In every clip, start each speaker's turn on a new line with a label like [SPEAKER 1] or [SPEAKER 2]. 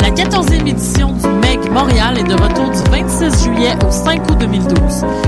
[SPEAKER 1] La 14e édition du MEG Montréal est de retour du 26 juillet au 5 août 2012.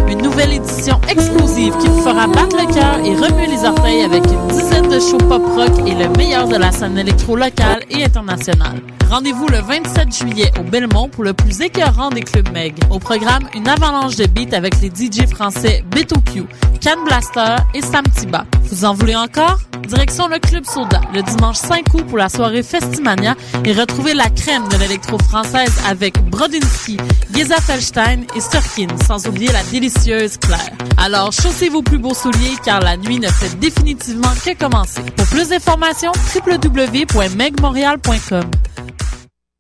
[SPEAKER 1] Une nouvelle édition explosive qui vous fera battre le cœur et remuer les orteils avec une dizaine de shows pop rock et le meilleur de la scène électro locale et internationale. Rendez-vous le 27 juillet au Belmont pour le plus écœurant des clubs MEG. Au programme, une avalanche de beats avec les DJ français Beto Q, Can Blaster et Sam Tiba. Vous en voulez encore? Direction le Club Soda, le dimanche 5 août pour la soirée Festimania et retrouvez la crème de l'électro-française avec Brodinski, Geza Felstein et Sturkin, sans oublier la délicieuse Claire. Alors, chaussez vos plus beaux souliers car la nuit ne fait définitivement que commencer. Pour plus d'informations, www.megmontréal.com.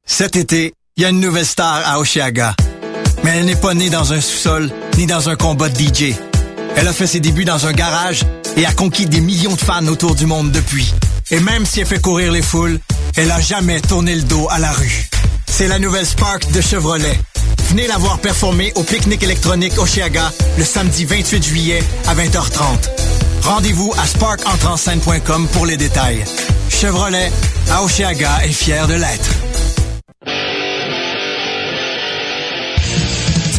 [SPEAKER 2] Cet été, il y a une nouvelle star à Oshiaga. Mais elle n'est pas née dans un sous-sol, ni dans un combat de DJ. Elle a fait ses débuts dans un garage et a conquis des millions de fans autour du monde depuis. Et même si elle fait courir les foules, elle a jamais tourné le dos à la rue. C'est la nouvelle Spark de Chevrolet. Venez la voir performer au pique-nique électronique Oshiaga le samedi 28 juillet à 20h30. Rendez-vous à sparkentranscène.com pour les détails. Chevrolet, à Oshiaga est fier de l'être.
[SPEAKER 3] Tu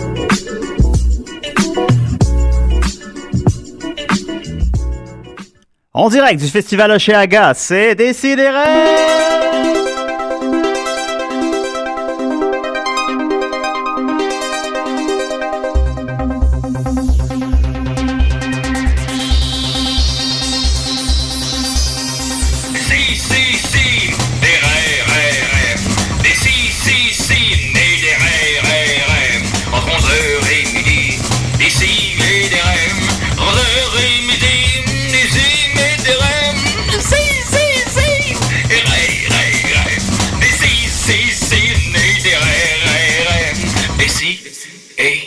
[SPEAKER 4] En direct du festival Oceaga, c'est Décidéré!
[SPEAKER 5] Si, si, si, des RRRM. Des si, si, si, nés des RRRM. Entre 11h et midi, des si et des REM. Entre 11h et midi, des si et des REM. Si, si, si, des RRRM. Des si, si, si, nés des RRRM. Des si et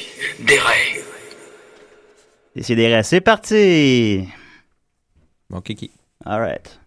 [SPEAKER 5] des RRRM.
[SPEAKER 4] Décidéré, c'est parti!
[SPEAKER 6] Bon, Kiki.
[SPEAKER 4] Alright.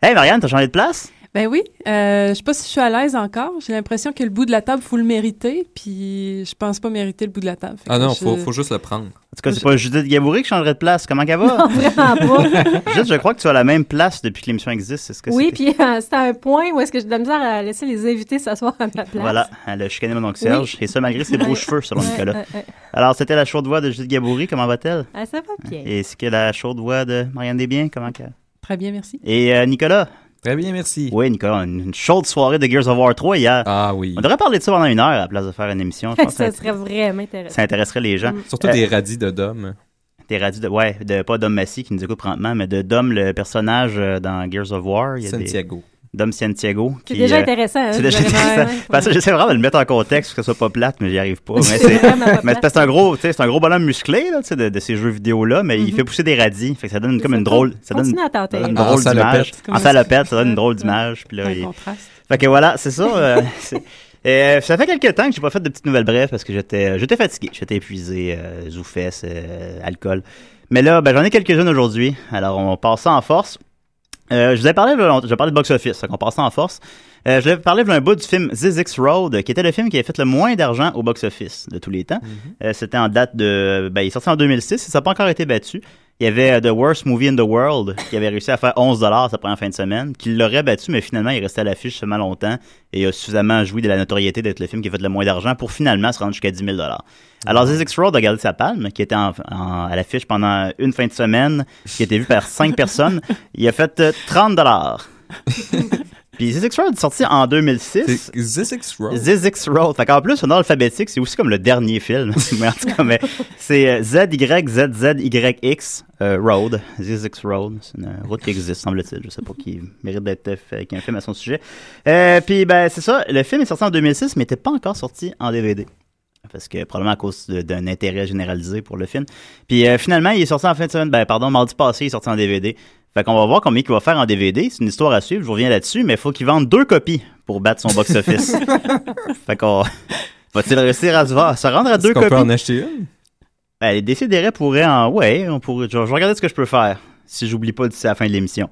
[SPEAKER 4] Hey Marianne, t'as changé de place?
[SPEAKER 7] Ben oui, euh, je sais pas si je suis à l'aise encore. J'ai l'impression que le bout de la table, faut le mériter, puis je pense pas mériter le bout de la table. Fait
[SPEAKER 6] Ah
[SPEAKER 7] que
[SPEAKER 6] non,
[SPEAKER 7] je-
[SPEAKER 6] faut, faut juste le prendre.
[SPEAKER 4] En tout cas, c'est pas Judith Gabouré qui changerait de place. Comment qu'elle va?
[SPEAKER 8] Non, vraiment pas.
[SPEAKER 4] Judith, je crois que tu as la même place depuis que l'émission existe. C'est ce que
[SPEAKER 8] Oui,
[SPEAKER 4] c'était.
[SPEAKER 8] puis euh, c'était un point où est-ce que j'ai de la misère à laisser les invités s'asseoir à ma place.
[SPEAKER 4] Voilà, hein, elle a chicané mon oncle Serge, et ça malgré ses beaux
[SPEAKER 8] Ouais.
[SPEAKER 4] cheveux, selon
[SPEAKER 8] Ouais,
[SPEAKER 4] Nicolas.
[SPEAKER 8] ouais, ouais.
[SPEAKER 4] Alors, c'était la chaude voix de Judith Gabouré, comment va-t-elle?
[SPEAKER 8] Ah, ça va bien.
[SPEAKER 4] Et est-ce que la chaude voix de Marianne Desbiens, comment qu'elle...
[SPEAKER 7] Très bien, merci.
[SPEAKER 4] Et euh, Nicolas?
[SPEAKER 6] Très bien, merci.
[SPEAKER 4] Oui, Nicolas, on a une, une chaude soirée de Gears of War 3 hier.
[SPEAKER 6] Ah oui.
[SPEAKER 4] On devrait parler de ça pendant une heure à la place de faire une émission. Je pense que
[SPEAKER 8] ça
[SPEAKER 4] ça,
[SPEAKER 8] serait Mm. vraiment intéressant.
[SPEAKER 4] ça intéresserait les gens.
[SPEAKER 6] Surtout
[SPEAKER 4] Euh,
[SPEAKER 6] des radis de Dom.
[SPEAKER 4] Des radios de, ouais, de, pas Dom Massy qui nous écoute présentement, mais de Dom, le personnage euh, dans Gears of War. Il y a des-
[SPEAKER 6] Santiago.
[SPEAKER 4] Dom Santiago.
[SPEAKER 8] C'est
[SPEAKER 4] qui,
[SPEAKER 8] déjà
[SPEAKER 4] euh,
[SPEAKER 8] intéressant, hein,
[SPEAKER 4] c'est déjà
[SPEAKER 8] je dirais.
[SPEAKER 4] intéressant.
[SPEAKER 8] Ouais, ouais,
[SPEAKER 4] Parce que j'essaie vraiment de le mettre en contexte, que ce soit pas plate, mais j'y arrive pas. Mais
[SPEAKER 8] C'est
[SPEAKER 4] c'est,
[SPEAKER 8] vraiment pas
[SPEAKER 4] mais c'est
[SPEAKER 8] plate.
[SPEAKER 4] parce que c'est un gros, tu sais, c'est un gros bonhomme musclé, là, tu sais, de, de ces jeux vidéo-là, mais il fait pousser des radis. Fait que ça donne comme une drôle, ça donne,
[SPEAKER 8] Mhm. Continue à tenter.
[SPEAKER 4] ça donne une
[SPEAKER 8] En
[SPEAKER 4] drôle
[SPEAKER 8] salopette.
[SPEAKER 4] d'image.
[SPEAKER 8] C'est comme
[SPEAKER 4] En
[SPEAKER 8] ça.
[SPEAKER 4] salopette, ça donne une drôle d'image. Puis là, il- Fait que voilà, c'est ça. euh, c'est- euh, ça fait quelques temps que j'ai pas fait de petites nouvelles brèves parce que j'étais, euh, j'étais fatigué, j'étais épuisé, euh, zoufesse, euh, alcool. Mais là, ben, j'en ai quelques-unes aujourd'hui. Alors, on passe ça en force. Euh, je vous ai parlé, je vais parler de box-office, donc on passe ça en force. Euh, je vais vous parler d'un bout du film Zizix Road, qui était le film qui a fait le moins d'argent au box-office de tous les temps. Euh, C'était en date de... Ben, il est sorti en 2006, et ça n'a pas encore été battu. Il y avait euh, The Worst Movie in the World, qui avait réussi à faire 11 sa première fin de semaine, qui l'aurait battu, mais finalement, il restait à l'affiche seulement longtemps, et a suffisamment joui de la notoriété d'être le film qui a fait le moins d'argent pour finalement se rendre jusqu'à 10 000 Alors, Zizix Road a gardé sa palme, qui était en- en- à l'affiche pendant une fin de semaine, qui a été vu par 5 personnes. Il a fait euh, 30 Puis Zizix Road est sorti en 2006.
[SPEAKER 6] Zizix Road.
[SPEAKER 4] Zizix Road. Fait qu'en plus, en ordre alphabétique, c'est aussi comme le dernier film. mais en tout cas, mais c'est euh, Z-Y-Z-Z-Y-X euh, Road. Zizix Road. C'est une euh, route qui existe, semble-t-il. Je sais pas qui mérite d'être fait, qu'un film à son sujet. Euh, puis, ben, c'est ça. Le film est sorti en 2006, mais n'était pas encore sorti en DVD parce que probablement à cause de- d'un intérêt généralisé pour le film. Puis euh, finalement, il est sorti en fin de semaine, ben pardon, mardi passé, il est sorti en DVD. Fait qu'on va voir combien il va faire en DVD. C'est une histoire à suivre, je vous reviens là-dessus, mais il faut qu'il vende deux copies pour battre son box-office. fait qu'on... Va-t-il réussir à se, voir- se rendre à
[SPEAKER 6] Est-ce
[SPEAKER 4] deux
[SPEAKER 6] qu'on
[SPEAKER 4] copies?
[SPEAKER 6] peut en acheter une?
[SPEAKER 4] Ben, les décidérés pourraient en... Ouais, on pourrait... je, je vais regarder ce que je peux faire, si j'oublie pas d'ici la fin de l'émission.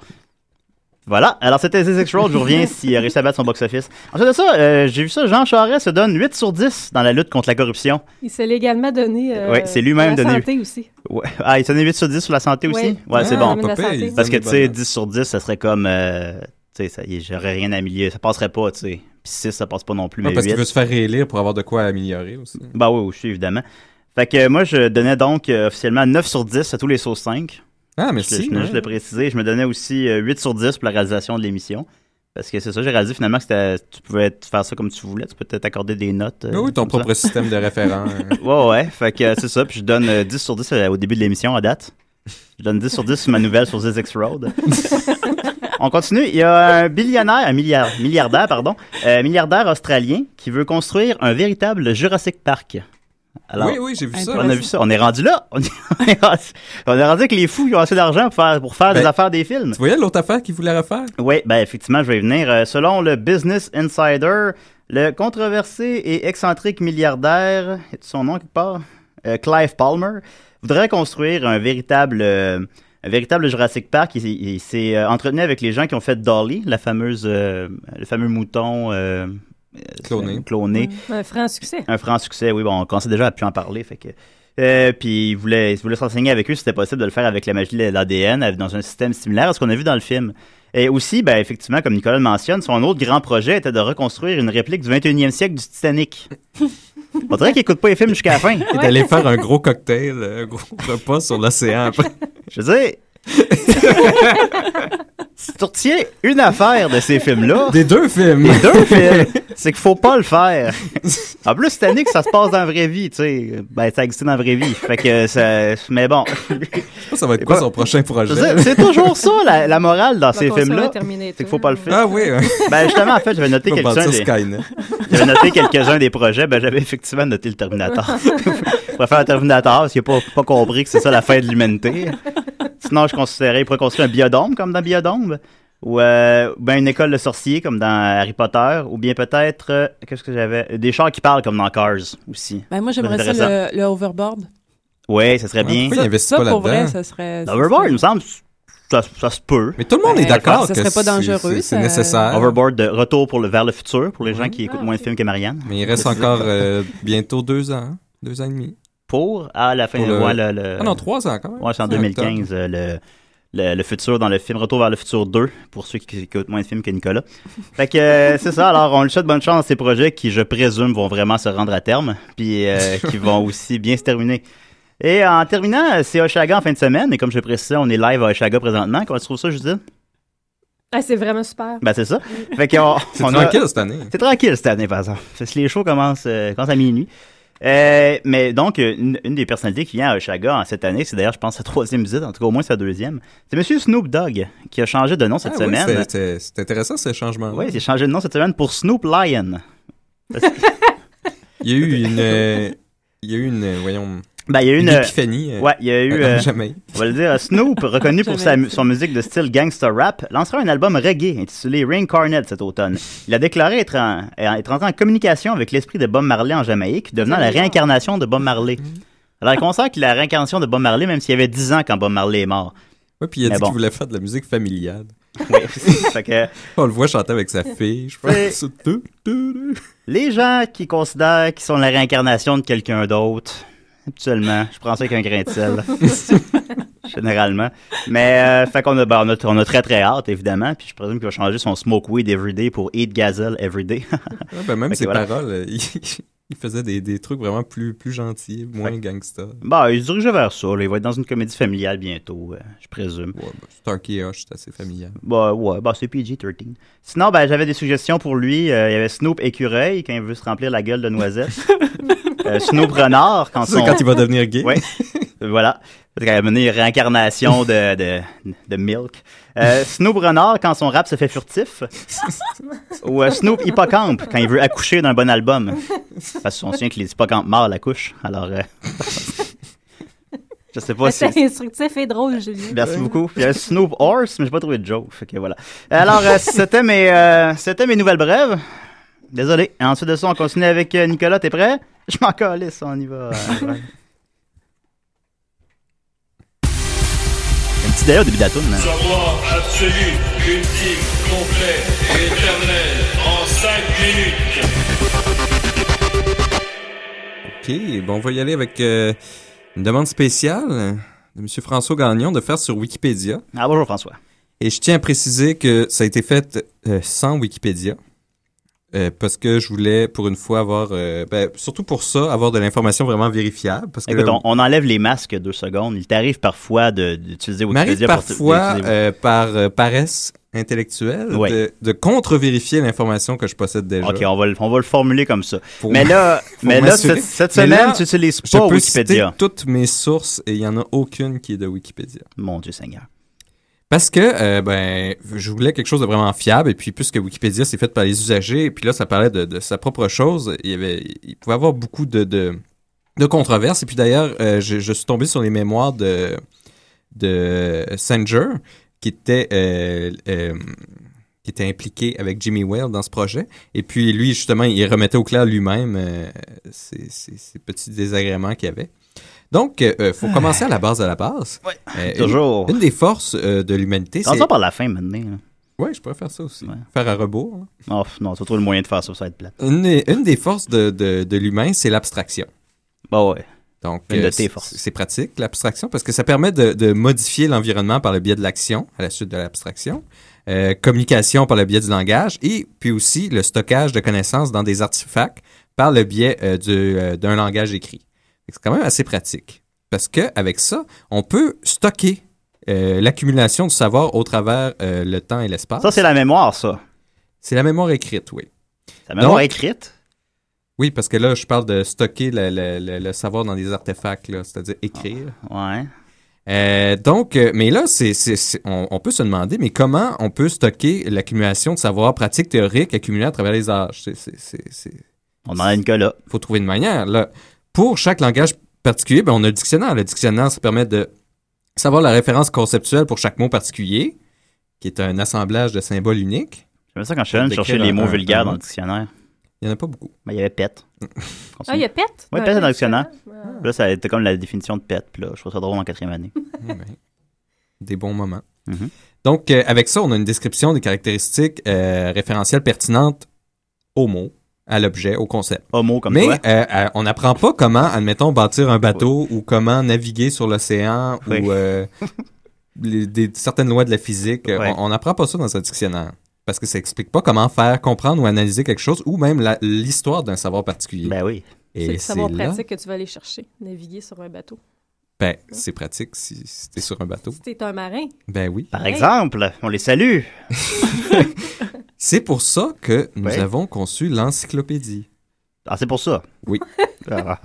[SPEAKER 4] Voilà, alors c'était Zizix Road, je vous reviens s'il a réussi à battre son box-office. Ensuite de ça, euh, j'ai vu ça, Jean Charest se donne 8 sur 10 dans la lutte contre la corruption.
[SPEAKER 8] Il s'est légalement donné. euh,
[SPEAKER 4] Ouais, c'est lui-même
[SPEAKER 8] la
[SPEAKER 4] donné.
[SPEAKER 8] santé aussi.
[SPEAKER 4] Ouais. Ah, il s'en est 8 sur 10 sur la santé aussi?
[SPEAKER 8] Ouais.
[SPEAKER 4] Ouais, c'est
[SPEAKER 8] Ah,
[SPEAKER 4] bon.
[SPEAKER 8] mais la Pas pire, santé. ils
[SPEAKER 4] Parce que,
[SPEAKER 8] donnent
[SPEAKER 4] tu
[SPEAKER 8] des
[SPEAKER 4] sais,
[SPEAKER 8] bonnes
[SPEAKER 4] 10 sur 10, ça serait comme. euh, tu sais, ça y est, j'aurais rien à milieu. Ça passerait pas, tu sais. Puis 6, ça passe pas non plus.
[SPEAKER 6] Ouais,
[SPEAKER 4] mais
[SPEAKER 6] Ah, parce qu'il
[SPEAKER 4] 8.
[SPEAKER 6] veut se faire réélire pour avoir de quoi améliorer aussi.
[SPEAKER 4] Bah oui, aussi, évidemment. Fait que euh, moi, je donnais donc euh, officiellement 9 sur 10 à tous les sauces 5.
[SPEAKER 6] Ah,
[SPEAKER 4] mais Je
[SPEAKER 6] merci,
[SPEAKER 4] tenais
[SPEAKER 6] ouais.
[SPEAKER 4] juste à le préciser. Je me donnais aussi euh, 8 sur 10 pour la réalisation de l'émission. Parce que c'est ça, j'ai réalisé finalement que c'était- tu pouvais te faire ça comme tu voulais. Tu peux peut-être accorder des notes. euh,
[SPEAKER 6] Ah Oui, oui, ton
[SPEAKER 4] comme ça.
[SPEAKER 6] propre système de référent.
[SPEAKER 4] ouais, ouais. Fait que euh, c'est ça. Puis je donne euh, 10 sur 10 euh, au début de l'émission à date. Je donne 10 sur 10 sur ma nouvelle sur ZX Road. On continue. Il y a un billionnaire, un milliard, milliardaire, pardon, euh, milliardaire australien qui veut construire un véritable Jurassic Park.
[SPEAKER 6] Oui, oui, j'ai vu ça.
[SPEAKER 4] On a vu ça. On est rendu là. On est, on est rendu, on est rendu que les fous ils ont assez d'argent pour faire, pour faire des affaires des films. Tu
[SPEAKER 6] voyais l'autre affaire qu'ils voulaient refaire?
[SPEAKER 4] Oui, ben effectivement, je vais y venir. Euh, selon le Business Insider, le controversé et excentrique milliardaire, est son nom quelque part? Euh, Clive Palmer, voudrait construire un véritable, euh, un véritable Jurassic Park. Il, il s'est euh, entretenu avec les gens qui ont fait Dolly, la fameuse, euh, le fameux mouton euh, euh,
[SPEAKER 6] Cloné.
[SPEAKER 4] cloné.
[SPEAKER 8] Un franc succès.
[SPEAKER 4] Un franc succès, oui. Bon, on commençait déjà à plus en parler. Fait que, euh, puis il voulait, il voulait s'enseigner avec eux si c'était possible de le faire avec la magie de l'ADN dans un système similaire à ce qu'on a vu dans le film. Et aussi, ben, effectivement, comme Nicolas le mentionne, son autre grand projet était de reconstruire une réplique du 21e siècle du Titanic. On dirait qu'il écoute pas les films jusqu'à la fin.
[SPEAKER 6] Et d'aller faire un gros cocktail,
[SPEAKER 4] euh,
[SPEAKER 6] un gros repas sur l'océan après.
[SPEAKER 4] Je veux Si tu retiens une affaire de ces films-là.
[SPEAKER 6] Des deux films.
[SPEAKER 4] Des deux films. C'est qu'il faut pas le faire. En plus, Titanic, ça se passe dans la vraie vie, tu sais. Ben, ça existe dans la vraie vie. Fait que ça. Mais bon.
[SPEAKER 6] Ça va être quoi son prochain projet?
[SPEAKER 4] Je veux dire, C'est toujours ça, la, la morale dans
[SPEAKER 6] La
[SPEAKER 4] ces
[SPEAKER 8] Bah,
[SPEAKER 6] console
[SPEAKER 4] films-là.
[SPEAKER 6] est terminée,
[SPEAKER 4] C'est qu'il faut pas le faire.
[SPEAKER 6] Ah oui, hein.
[SPEAKER 4] Ben, justement, en fait, j'avais noté
[SPEAKER 6] On va
[SPEAKER 4] quelques-uns
[SPEAKER 6] partir
[SPEAKER 4] des...
[SPEAKER 6] Skynet.
[SPEAKER 4] J'avais noté quelques-uns des projets. Ben, j'avais effectivement noté le Terminator. Je préfère le Terminator parce qu'il n'a pas, pas compris que c'est ça la fin de l'humanité. Sinon, je considérais, il pourrait construire un biodôme comme dans Biodôme. Ou euh, ben une école de sorciers comme dans Harry Potter, ou bien peut-être euh, qu'est-ce que j'avais des chars qui parlent comme dans Cars aussi.
[SPEAKER 7] Ben, moi, j'aimerais
[SPEAKER 4] intéressant.
[SPEAKER 7] ça le, le overboard.
[SPEAKER 4] Ouais, ça serait bien.
[SPEAKER 7] pourquoi ils Ça- investissent ça, pas pour là-dedans? vrai, ça serait- ça
[SPEAKER 4] Overboard, il me semble, ça, ça se peut.
[SPEAKER 6] Mais tout le monde
[SPEAKER 7] est d'accord ça que serait pas c'est- dangereux, c'est- c'est ça- nécessaire.
[SPEAKER 4] Overboard, de retour pour le, vers le futur, pour les gens qui écoutent moins de films que Marianne.
[SPEAKER 6] Mais il reste encore euh, bientôt deux ans, hein, deux ans et demi.
[SPEAKER 4] Pour, à la fin,
[SPEAKER 6] Pour le-
[SPEAKER 4] ouais, le, le-
[SPEAKER 6] Ah non, trois ans quand même.
[SPEAKER 4] Euh, Ouais, c'est en
[SPEAKER 6] C'est
[SPEAKER 4] 2015, euh, le, le, le futur dans le film Retour vers le futur 2, pour ceux qui qui écoutent moins de films que Nicolas. Fait que euh, c'est ça, alors on lui souhaite bonne chance dans ces projets qui, je présume, vont vraiment se rendre à terme, puis euh, qui vont aussi bien se terminer. Et en terminant, euh, c'est Oshaga en fin de semaine, et comme je le précisais, on est live à Oshaga présentement. Comment tu trouves ça, Judith?
[SPEAKER 8] Ah, c'est vraiment super.
[SPEAKER 4] Ben c'est ça. Fait qu'on-
[SPEAKER 6] C'est
[SPEAKER 4] on a-
[SPEAKER 6] tranquille cette année.
[SPEAKER 4] C'est tranquille cette année, par exemple. Parce que les shows commencent, euh, commencent à minuit. Euh, mais donc, euh, une, une des personnalités qui vient à Oshaga en cette année, c'est d'ailleurs, je pense, sa troisième visite, en tout cas au moins sa deuxième, c'est Monsieur Snoop Dogg, qui a changé de nom cette
[SPEAKER 6] Ah oui,
[SPEAKER 4] semaine.
[SPEAKER 6] c'est- c'est- C'est intéressant ce changement.
[SPEAKER 4] Oui, il a changé de nom cette semaine pour Snoop Lion.
[SPEAKER 6] Il y a eu une. euh, il y a eu une. euh, Voyons.
[SPEAKER 4] Ben, il y a eu une.
[SPEAKER 6] épiphanie. euh,
[SPEAKER 4] ouais, il y a eu.
[SPEAKER 6] à- à
[SPEAKER 4] euh,
[SPEAKER 6] Jamaïque.
[SPEAKER 4] On va le dire, euh, Snoop, reconnu pour sa,
[SPEAKER 6] Jamaïque.
[SPEAKER 4] son musique de style gangster rap, lancera un album reggae intitulé Reincarnate cet automne. Il a déclaré être, en, euh, être entré en communication avec l'esprit de Bob Marley en Jamaïque, devenant la réincarnation de Bob Marley. Alors, il considère qu'il est la réincarnation de Bob Marley, même s'il avait 10 ans quand Bob Marley est mort.
[SPEAKER 6] Ouais, puis il a
[SPEAKER 4] Mais
[SPEAKER 6] dit
[SPEAKER 4] bon.
[SPEAKER 6] qu'il voulait faire de la musique familiale.
[SPEAKER 4] Oui, fait que.
[SPEAKER 6] On le voit chanter avec sa fille, je
[SPEAKER 4] Oui.
[SPEAKER 6] pense. Tout, tout, tout.
[SPEAKER 4] Les gens qui considèrent qu'ils sont la réincarnation de quelqu'un d'autre, habituellement, je prends ça avec un grain de sel. Généralement. Mais, euh, fait qu'on a, ben, on a, on a très très hâte, évidemment. Puis je présume qu'il va changer son smoke weed everyday pour eat gazelle everyday.
[SPEAKER 6] Ouais, ben, même
[SPEAKER 4] Fait que
[SPEAKER 6] ses
[SPEAKER 4] voilà.
[SPEAKER 6] paroles, euh, il, il faisait des, des trucs vraiment plus, plus gentils, moins gangsta.
[SPEAKER 4] Bah, il se dirigeait vers ça. là. Il va être dans une comédie familiale bientôt, euh, je présume.
[SPEAKER 6] Ouais, ben, c'est un kioche, c'est assez familial.
[SPEAKER 4] Bah, ouais, bah, c'est PG-13. Sinon, ben, j'avais des suggestions pour lui. Euh, il y avait Snoop Écureuil quand il veut se remplir la gueule de noisettes. Euh, Snoop Renard quand
[SPEAKER 6] C'est
[SPEAKER 4] son...
[SPEAKER 6] quand il va devenir gay.
[SPEAKER 4] Oui. voilà. Parce qu'elle a mené une réincarnation de, de, de Milk. Euh, Snoop Renard quand son rap se fait furtif. Ou euh, Snoop Hippocampe quand il veut accoucher d'un bon album. Parce qu'on se souvient que les hippocampes morts l'accouchent. Alors, euh, je sais pas si.
[SPEAKER 8] C'est instructif et drôle, Julie.
[SPEAKER 4] Merci beaucoup. Puis, il y a Snoop Horse, mais j'ai pas trouvé de Joe. Fait que voilà. Alors, euh, c'était mes, euh, c'était mes nouvelles brèves. Désolé. Ensuite de ça, on continue avec euh, Nicolas. T'es prêt? Je m'en calisse, on y va. Euh, ouais. Un petit d'ailleurs au début de la toune. hein.
[SPEAKER 5] Savoir absolu, ultime, complet, éternel, en 5 minutes.
[SPEAKER 6] OK, bon, on va y aller avec euh, une demande spéciale euh, de M. François Gagnon de faire sur Wikipédia.
[SPEAKER 4] Ah, bonjour François.
[SPEAKER 6] Et je tiens à préciser que ça a été fait euh, sans Wikipédia. euh, parce que je voulais, pour une fois, avoir, euh, ben, surtout pour ça, avoir de l'information vraiment vérifiable. Parce que
[SPEAKER 4] Écoute,
[SPEAKER 6] là,
[SPEAKER 4] on, on enlève les masques deux secondes. Il t'arrive parfois de- d'utiliser
[SPEAKER 6] m'arrive
[SPEAKER 4] Wikipédia pour t-
[SPEAKER 6] parfois,
[SPEAKER 4] d'utiliser-
[SPEAKER 6] euh, par euh, paresse intellectuelle,
[SPEAKER 4] Ouais.
[SPEAKER 6] de, de contre-vérifier l'information que euh, je possède déjà.
[SPEAKER 4] Ok, on va, le- on va le formuler comme ça.
[SPEAKER 6] Pour-
[SPEAKER 4] mais là,
[SPEAKER 6] pour
[SPEAKER 4] mais là
[SPEAKER 6] m'assurer.
[SPEAKER 4] cette, cette
[SPEAKER 6] Mais
[SPEAKER 4] semaine,
[SPEAKER 6] là,
[SPEAKER 4] tu n'utilises
[SPEAKER 6] je
[SPEAKER 4] pas
[SPEAKER 6] peux
[SPEAKER 4] Wikipédia.
[SPEAKER 6] citer toutes mes sources et il n'y en a aucune qui est de Wikipédia.
[SPEAKER 4] Mon Dieu Seigneur.
[SPEAKER 6] Parce que euh, ben, je voulais quelque chose de vraiment fiable, et puis puisque Wikipédia c'est fait par les usagers, et puis là ça parlait de, de sa propre chose, il, y avait, il pouvait y avoir beaucoup de, de, de controverses. Et puis d'ailleurs, euh, je, je suis tombé sur les mémoires de, de Sanger, qui était, euh, euh, qui était impliqué avec Jimmy Whale dans ce projet. Et puis lui, justement, il remettait au clair lui-même euh, ses, ses- ses petits désagréments qu'il y avait. Donc, il faut commencer à la base de la base. Euh, une-
[SPEAKER 4] Toujours.
[SPEAKER 6] Une, des forces euh, de l'humanité,
[SPEAKER 4] T'en
[SPEAKER 6] c'est...
[SPEAKER 4] sors par la fin maintenant. là.
[SPEAKER 6] Ouais, je pourrais faire ça aussi. Faire à rebours. hein.
[SPEAKER 4] Oh, non, tu vas trouver le moyen de faire ça, ça va être plate.
[SPEAKER 6] Une, des- une des forces de, de- de l'humain, c'est l'abstraction.
[SPEAKER 4] Bah ouais.
[SPEAKER 6] Donc,
[SPEAKER 4] Une de
[SPEAKER 6] euh,
[SPEAKER 4] tes
[SPEAKER 6] c'est-
[SPEAKER 4] forces.
[SPEAKER 6] c'est pratique, l'abstraction, parce que ça permet de, de modifier l'environnement par le biais de l'action, à la suite de l'abstraction, euh, communication par le biais du langage, et puis aussi le stockage de connaissances dans des artefacts par le biais euh, du- euh, d'un langage écrit. Fait que C'est quand même assez pratique, parce que avec ça, on peut stocker euh, l'accumulation du savoir au travers euh, le temps et l'espace.
[SPEAKER 4] Ça, c'est la mémoire, ça.
[SPEAKER 6] C'est la mémoire écrite, oui.
[SPEAKER 4] La mémoire
[SPEAKER 6] Donc-
[SPEAKER 4] écrite.
[SPEAKER 6] Oui, parce que là, je parle de stocker le, le- le- le savoir dans des artefacts, là, c'est-à-dire écrire.
[SPEAKER 4] Ouais.
[SPEAKER 6] Euh, donc, euh, mais là, c'est, c'est- c'est- on, on peut se demander, mais comment on peut stocker l'accumulation de savoir pratique théorique accumulé à travers les âges? C'est, c'est, c'est, c'est-
[SPEAKER 4] On demande à Nicolas.
[SPEAKER 6] faut trouver une manière. Là. Pour chaque langage particulier, ben, on a le dictionnaire. Le dictionnaire, ça permet de savoir la référence conceptuelle pour chaque mot particulier, qui est un assemblage de symboles uniques.
[SPEAKER 4] J'aimais ça quand je suis allé
[SPEAKER 6] D'écrire
[SPEAKER 4] chercher les
[SPEAKER 6] un-
[SPEAKER 4] mots
[SPEAKER 6] un-
[SPEAKER 4] vulgaires
[SPEAKER 6] un
[SPEAKER 4] dans le
[SPEAKER 6] mot.
[SPEAKER 4] dictionnaire.
[SPEAKER 6] Il n'y en a pas beaucoup.
[SPEAKER 4] Ben, il y avait pète.
[SPEAKER 8] Ah, il y a pet?
[SPEAKER 4] Ouais, pet dans le dictionnaire. Là, ça était comme la définition de pète. Puis là, je trouve ça drôle en quatrième année.
[SPEAKER 6] Eh ben, des bons moments.
[SPEAKER 4] Mhm.
[SPEAKER 6] Donc, euh, avec ça, on a une description des caractéristiques euh, référentielles pertinentes au mot, à l'objet, au concept.
[SPEAKER 4] Homo comme
[SPEAKER 6] Mais
[SPEAKER 4] toi.
[SPEAKER 6] euh, euh, on n'apprend pas comment, admettons, bâtir un bateau ou comment naviguer sur l'océan
[SPEAKER 4] Oui.
[SPEAKER 6] ou euh, les- des- certaines lois de la physique. Euh,
[SPEAKER 4] Ouais.
[SPEAKER 6] On n'apprend pas ça dans un dictionnaire parce que ça explique pas comment faire comprendre ou analyser quelque chose ou même la- l'histoire d'un savoir particulier.
[SPEAKER 4] Ben oui.
[SPEAKER 6] Et
[SPEAKER 8] C'est le savoir
[SPEAKER 6] là-
[SPEAKER 8] pratique que tu vas aller chercher, naviguer sur un bateau.
[SPEAKER 6] ben, c'est pratique si, si t'es sur un bateau.
[SPEAKER 8] Si t'es un marin,
[SPEAKER 6] Ben oui.
[SPEAKER 4] Par exemple, on les salue.
[SPEAKER 6] C'est pour ça que nous
[SPEAKER 4] Ouais.
[SPEAKER 6] avons conçu l'encyclopédie.
[SPEAKER 4] Ah, c'est pour ça.
[SPEAKER 6] Oui.
[SPEAKER 4] Ah.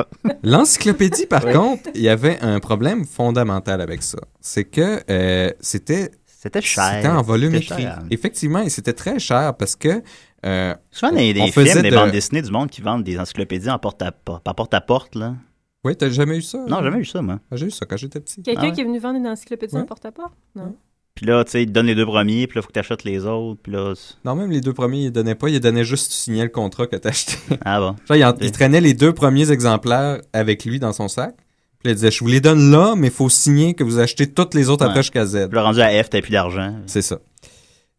[SPEAKER 6] L'encyclopédie, par
[SPEAKER 4] Oui.
[SPEAKER 6] contre, il y avait un problème fondamental avec ça. C'est que euh, c'était.
[SPEAKER 4] C'était
[SPEAKER 6] cher. C'était en volume
[SPEAKER 4] C'était
[SPEAKER 6] écrit.
[SPEAKER 4] cher.
[SPEAKER 6] Effectivement, et c'était très cher parce que. euh,
[SPEAKER 4] Souvent, dans les,
[SPEAKER 6] on
[SPEAKER 4] des
[SPEAKER 6] faisait
[SPEAKER 4] films, des
[SPEAKER 6] de-
[SPEAKER 4] bandes dessinées du monde qui vendent des encyclopédies en porte à porte, par porte à porte, là.
[SPEAKER 6] Oui, t'as jamais eu ça?
[SPEAKER 4] Non, j'ai jamais eu ça, moi.
[SPEAKER 6] Ah, J'ai eu ça quand j'étais petit.
[SPEAKER 8] Quelqu'un
[SPEAKER 4] Ah ouais.
[SPEAKER 8] qui est venu vendre une encyclopédie en
[SPEAKER 6] Ouais.
[SPEAKER 8] porte-à-porte? Non.
[SPEAKER 4] Puis là, tu sais, ils te donnent les deux premiers, puis là, faut que t'achètes les autres, puis là. c'est-
[SPEAKER 6] Non, même les deux premiers, ils donnaient pas. Ils donnaient juste tu signais le contrat que t'as acheté.
[SPEAKER 4] Ah bon.
[SPEAKER 6] Genre, il, en- il traînait les deux premiers exemplaires avec lui dans son sac. Puis là, il disait, je vous les donne là, mais il faut signer que vous achetez toutes les autres
[SPEAKER 4] Ouais.
[SPEAKER 6] après jusqu'à Z.
[SPEAKER 4] Puis là, rendu à F, t'as plus d'argent.
[SPEAKER 6] C'est ça.